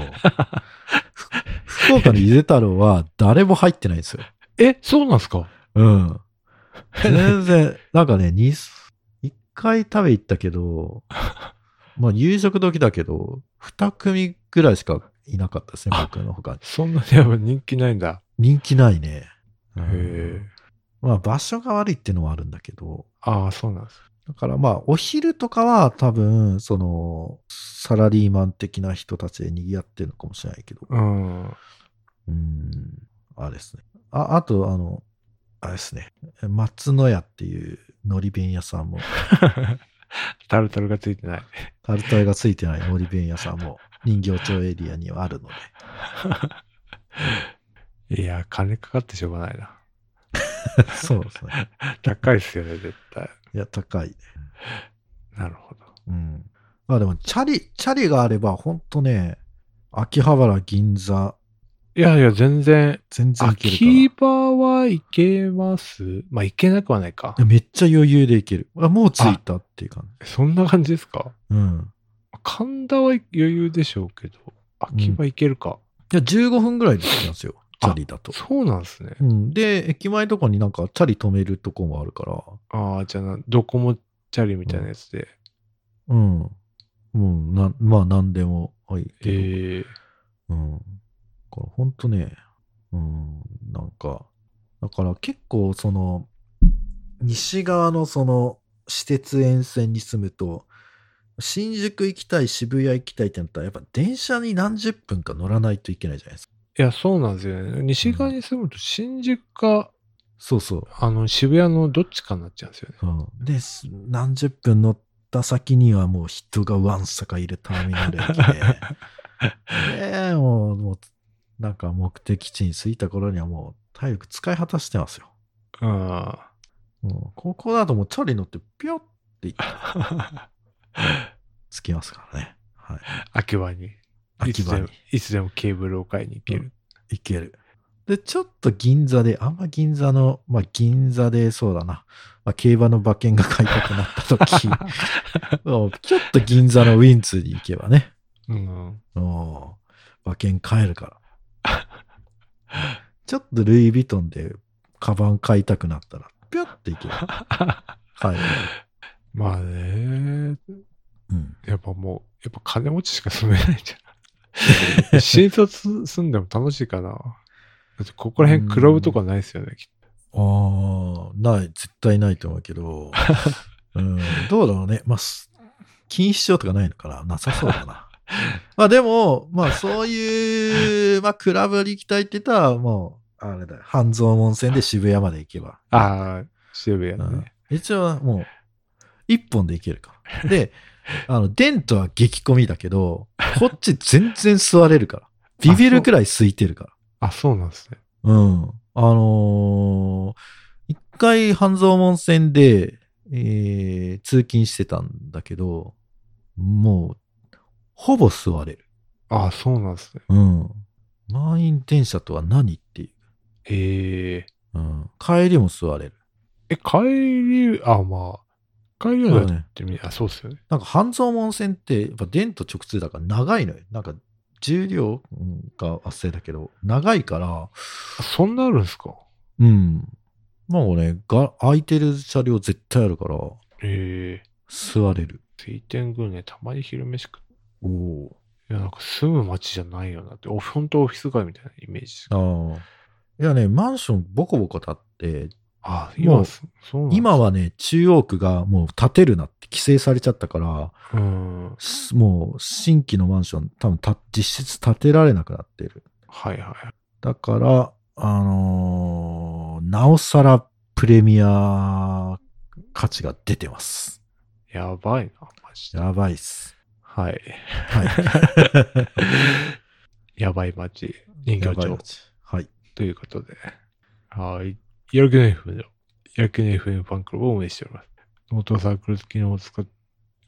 Speaker 2: ふ福岡のゆで太郎は誰も入ってないんですよ。
Speaker 1: え、そうなんですか
Speaker 2: うん。全然、な んかね、に一回食べ行ったけど、まあ夕食時だけど、二組ぐらいしかいなかったですね、僕の他に。
Speaker 1: そんなにやっぱ人気ないんだ。
Speaker 2: 人気ないね。う
Speaker 1: へ
Speaker 2: ん
Speaker 1: え。
Speaker 2: まあ場所が悪いっていうのはあるんだけど、
Speaker 1: ああ、そうなんです。
Speaker 2: だからまあお昼とかは多分、その、サラリーマン的な人たちで賑わってるのかもしれないけど、
Speaker 1: うん。 は
Speaker 2: うん、あれですね。あ、あと、あの、あれですね。松の屋っていう海苔弁屋さんも、
Speaker 1: はははタルタルがついてない。
Speaker 2: タルタルがついてない海苔弁屋さん も人形町エリアにはあるので。
Speaker 1: いや、金かかってしょうがないな。
Speaker 2: そうですね。
Speaker 1: 高いっすよね、絶対。
Speaker 2: いや、高いね。
Speaker 1: なるほど。
Speaker 2: うん。まあでも、チャリ、チャリがあれば、ほんとね、秋葉原、銀座、
Speaker 1: いやいや、全然、
Speaker 2: 全然行けるからい
Speaker 1: 秋葉はいけますまあ、いけなくはないか
Speaker 2: や。。めっちゃ余裕で行ける。あ、もう着いたっていう感
Speaker 1: そんな感じですか
Speaker 2: じ。うん。
Speaker 1: 神田は余裕でしょうけど、秋葉いけるか。
Speaker 2: いや、15分ぐらいで着きますよ。チ
Speaker 1: あ
Speaker 2: ャリだと。
Speaker 1: そうなんですね。
Speaker 2: うん。で、駅前とかになんか、チャリ止めるとこもあるから、
Speaker 1: ああ、じゃあな、ドコモチャリみたいなやつで。
Speaker 2: うん。もう、な、まあ、なんでも、はい。
Speaker 1: えー
Speaker 2: うん。だから本当ね、うん、なんか、だから結構その、西側のその、私鉄沿線に住むと、新宿行きたい、渋谷行きたいってなったら、やっぱ電車に何十分か乗らないといけないじゃないですか。
Speaker 1: いや、そうなんですよね。西側に住むと、新宿か、
Speaker 2: そうそう。
Speaker 1: あの、渋谷のどっちかになっちゃうんですよね。
Speaker 2: そうで、す何十分乗った先にはもう人がわんさかいるターミナル駅で、でもう、もう、なんか目的地に着いた頃にはもう体力使い果たしてますよ。
Speaker 1: あ
Speaker 2: もうここだともうチャリ乗ってピョって行って
Speaker 1: あ。
Speaker 2: 着きますからね。はい。
Speaker 1: 秋葉に。い
Speaker 2: 秋
Speaker 1: つ
Speaker 2: 葉
Speaker 1: で
Speaker 2: に
Speaker 1: も、いつでもケーブルを買いに行ける。
Speaker 2: 行ける。で、ちょっと銀座で、あんま銀座の、まあ銀座でそうだな、まあ競馬の馬券が買いたくなった時、もうちょっと銀座のウィンツに行けばね、
Speaker 1: うん。
Speaker 2: おー馬券買えるから。ちょっとルイ・ヴィトンでカバン買いたくなったら、ぴょって行けば買える。
Speaker 1: まあね、
Speaker 2: うん。
Speaker 1: やっぱもう、やっぱ金持ちしか住めないじ ゃん。新卒住んでも楽しいかな。だってここら辺クラブとかないですよね、きっ
Speaker 2: ああ、ない、絶対ないと思う けど、うん、どうだろうね。まあ、す禁止症とかないのかななさそう だな。まあでも、まあそういう、まあクラブに行きたいって言ったら、もう、あれだよ、半蔵門線で渋谷まで行けば。
Speaker 1: と。ああ、渋谷ね。
Speaker 2: うん一応もう、一本で行けるから。で、 あの、デントは激混みだけど、こっち全然座れ るから。ビビるくらい空いてるから。
Speaker 1: あ、そうなんですね。
Speaker 2: うん。あのー一回半蔵門線で、えー通勤してたんだけど、もう、ほぼ座れる。
Speaker 1: ああ、そうなんですね。
Speaker 2: うん。満員電車とは何ってい
Speaker 1: へえ。
Speaker 2: う。うん。帰りも座れる。
Speaker 1: え、帰り、あ、まあ、帰りはだってみ、あ、そうっすよね。
Speaker 2: なんか半蔵門線って、やっぱ電と直通だから長いのよ。なんか、重量うんがあっせだけど、長いから、
Speaker 1: あそんなあるんですか
Speaker 2: うん。まあ俺、が空いてる車両絶対あるから、
Speaker 1: ええ。
Speaker 2: 座れる。
Speaker 1: 水天宮ね、たまに昼飯食っ
Speaker 2: おお。
Speaker 1: いや、なんか住む街じゃないよなって、おほんとオフィス街みたいなイメージです。
Speaker 2: ああ。いやね、マンションボコボコ建って、
Speaker 1: あ、
Speaker 2: も
Speaker 1: 今
Speaker 2: う
Speaker 1: そ、そうなんです
Speaker 2: 今、はね、中央区がもう建てるなって規制されちゃったから、
Speaker 1: うん。はい
Speaker 2: すもう新規のマンション、多分た実質建てられなくなってる。
Speaker 1: はいはい。
Speaker 2: だから、あのーなおさらプレミア価値が出てます。
Speaker 1: やばいな、マジで。
Speaker 2: やばいっす。
Speaker 1: はい。
Speaker 2: はい。
Speaker 1: やばい街、人
Speaker 2: や
Speaker 1: 形
Speaker 2: ばい
Speaker 1: 町
Speaker 2: やつはい。
Speaker 1: ということで。はい。やる気ない FM では、やる気ない FM ファンクラブを運営しております。ノートサークル機能を使っ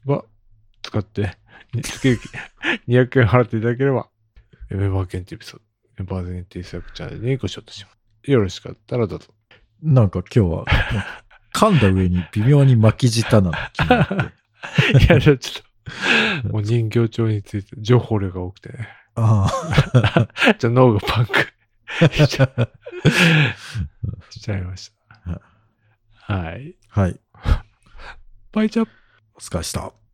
Speaker 1: ば、使って、月々200円払っていただければ、メンバー限定エピソード、メンバー限定制作チャンネルにご招待します。よろしかったらどうぞ。
Speaker 2: なんか今日は、噛んだ上に微妙に巻き舌なの気に なって。
Speaker 1: いや、ちょっと、 もう人形町について情報量が多くてね。
Speaker 2: あ
Speaker 1: じゃあ脳がパンク しちゃ
Speaker 2: あ。
Speaker 1: しちゃいました。はい。
Speaker 2: はい。
Speaker 1: バイチャップ
Speaker 2: お疲れ様でした。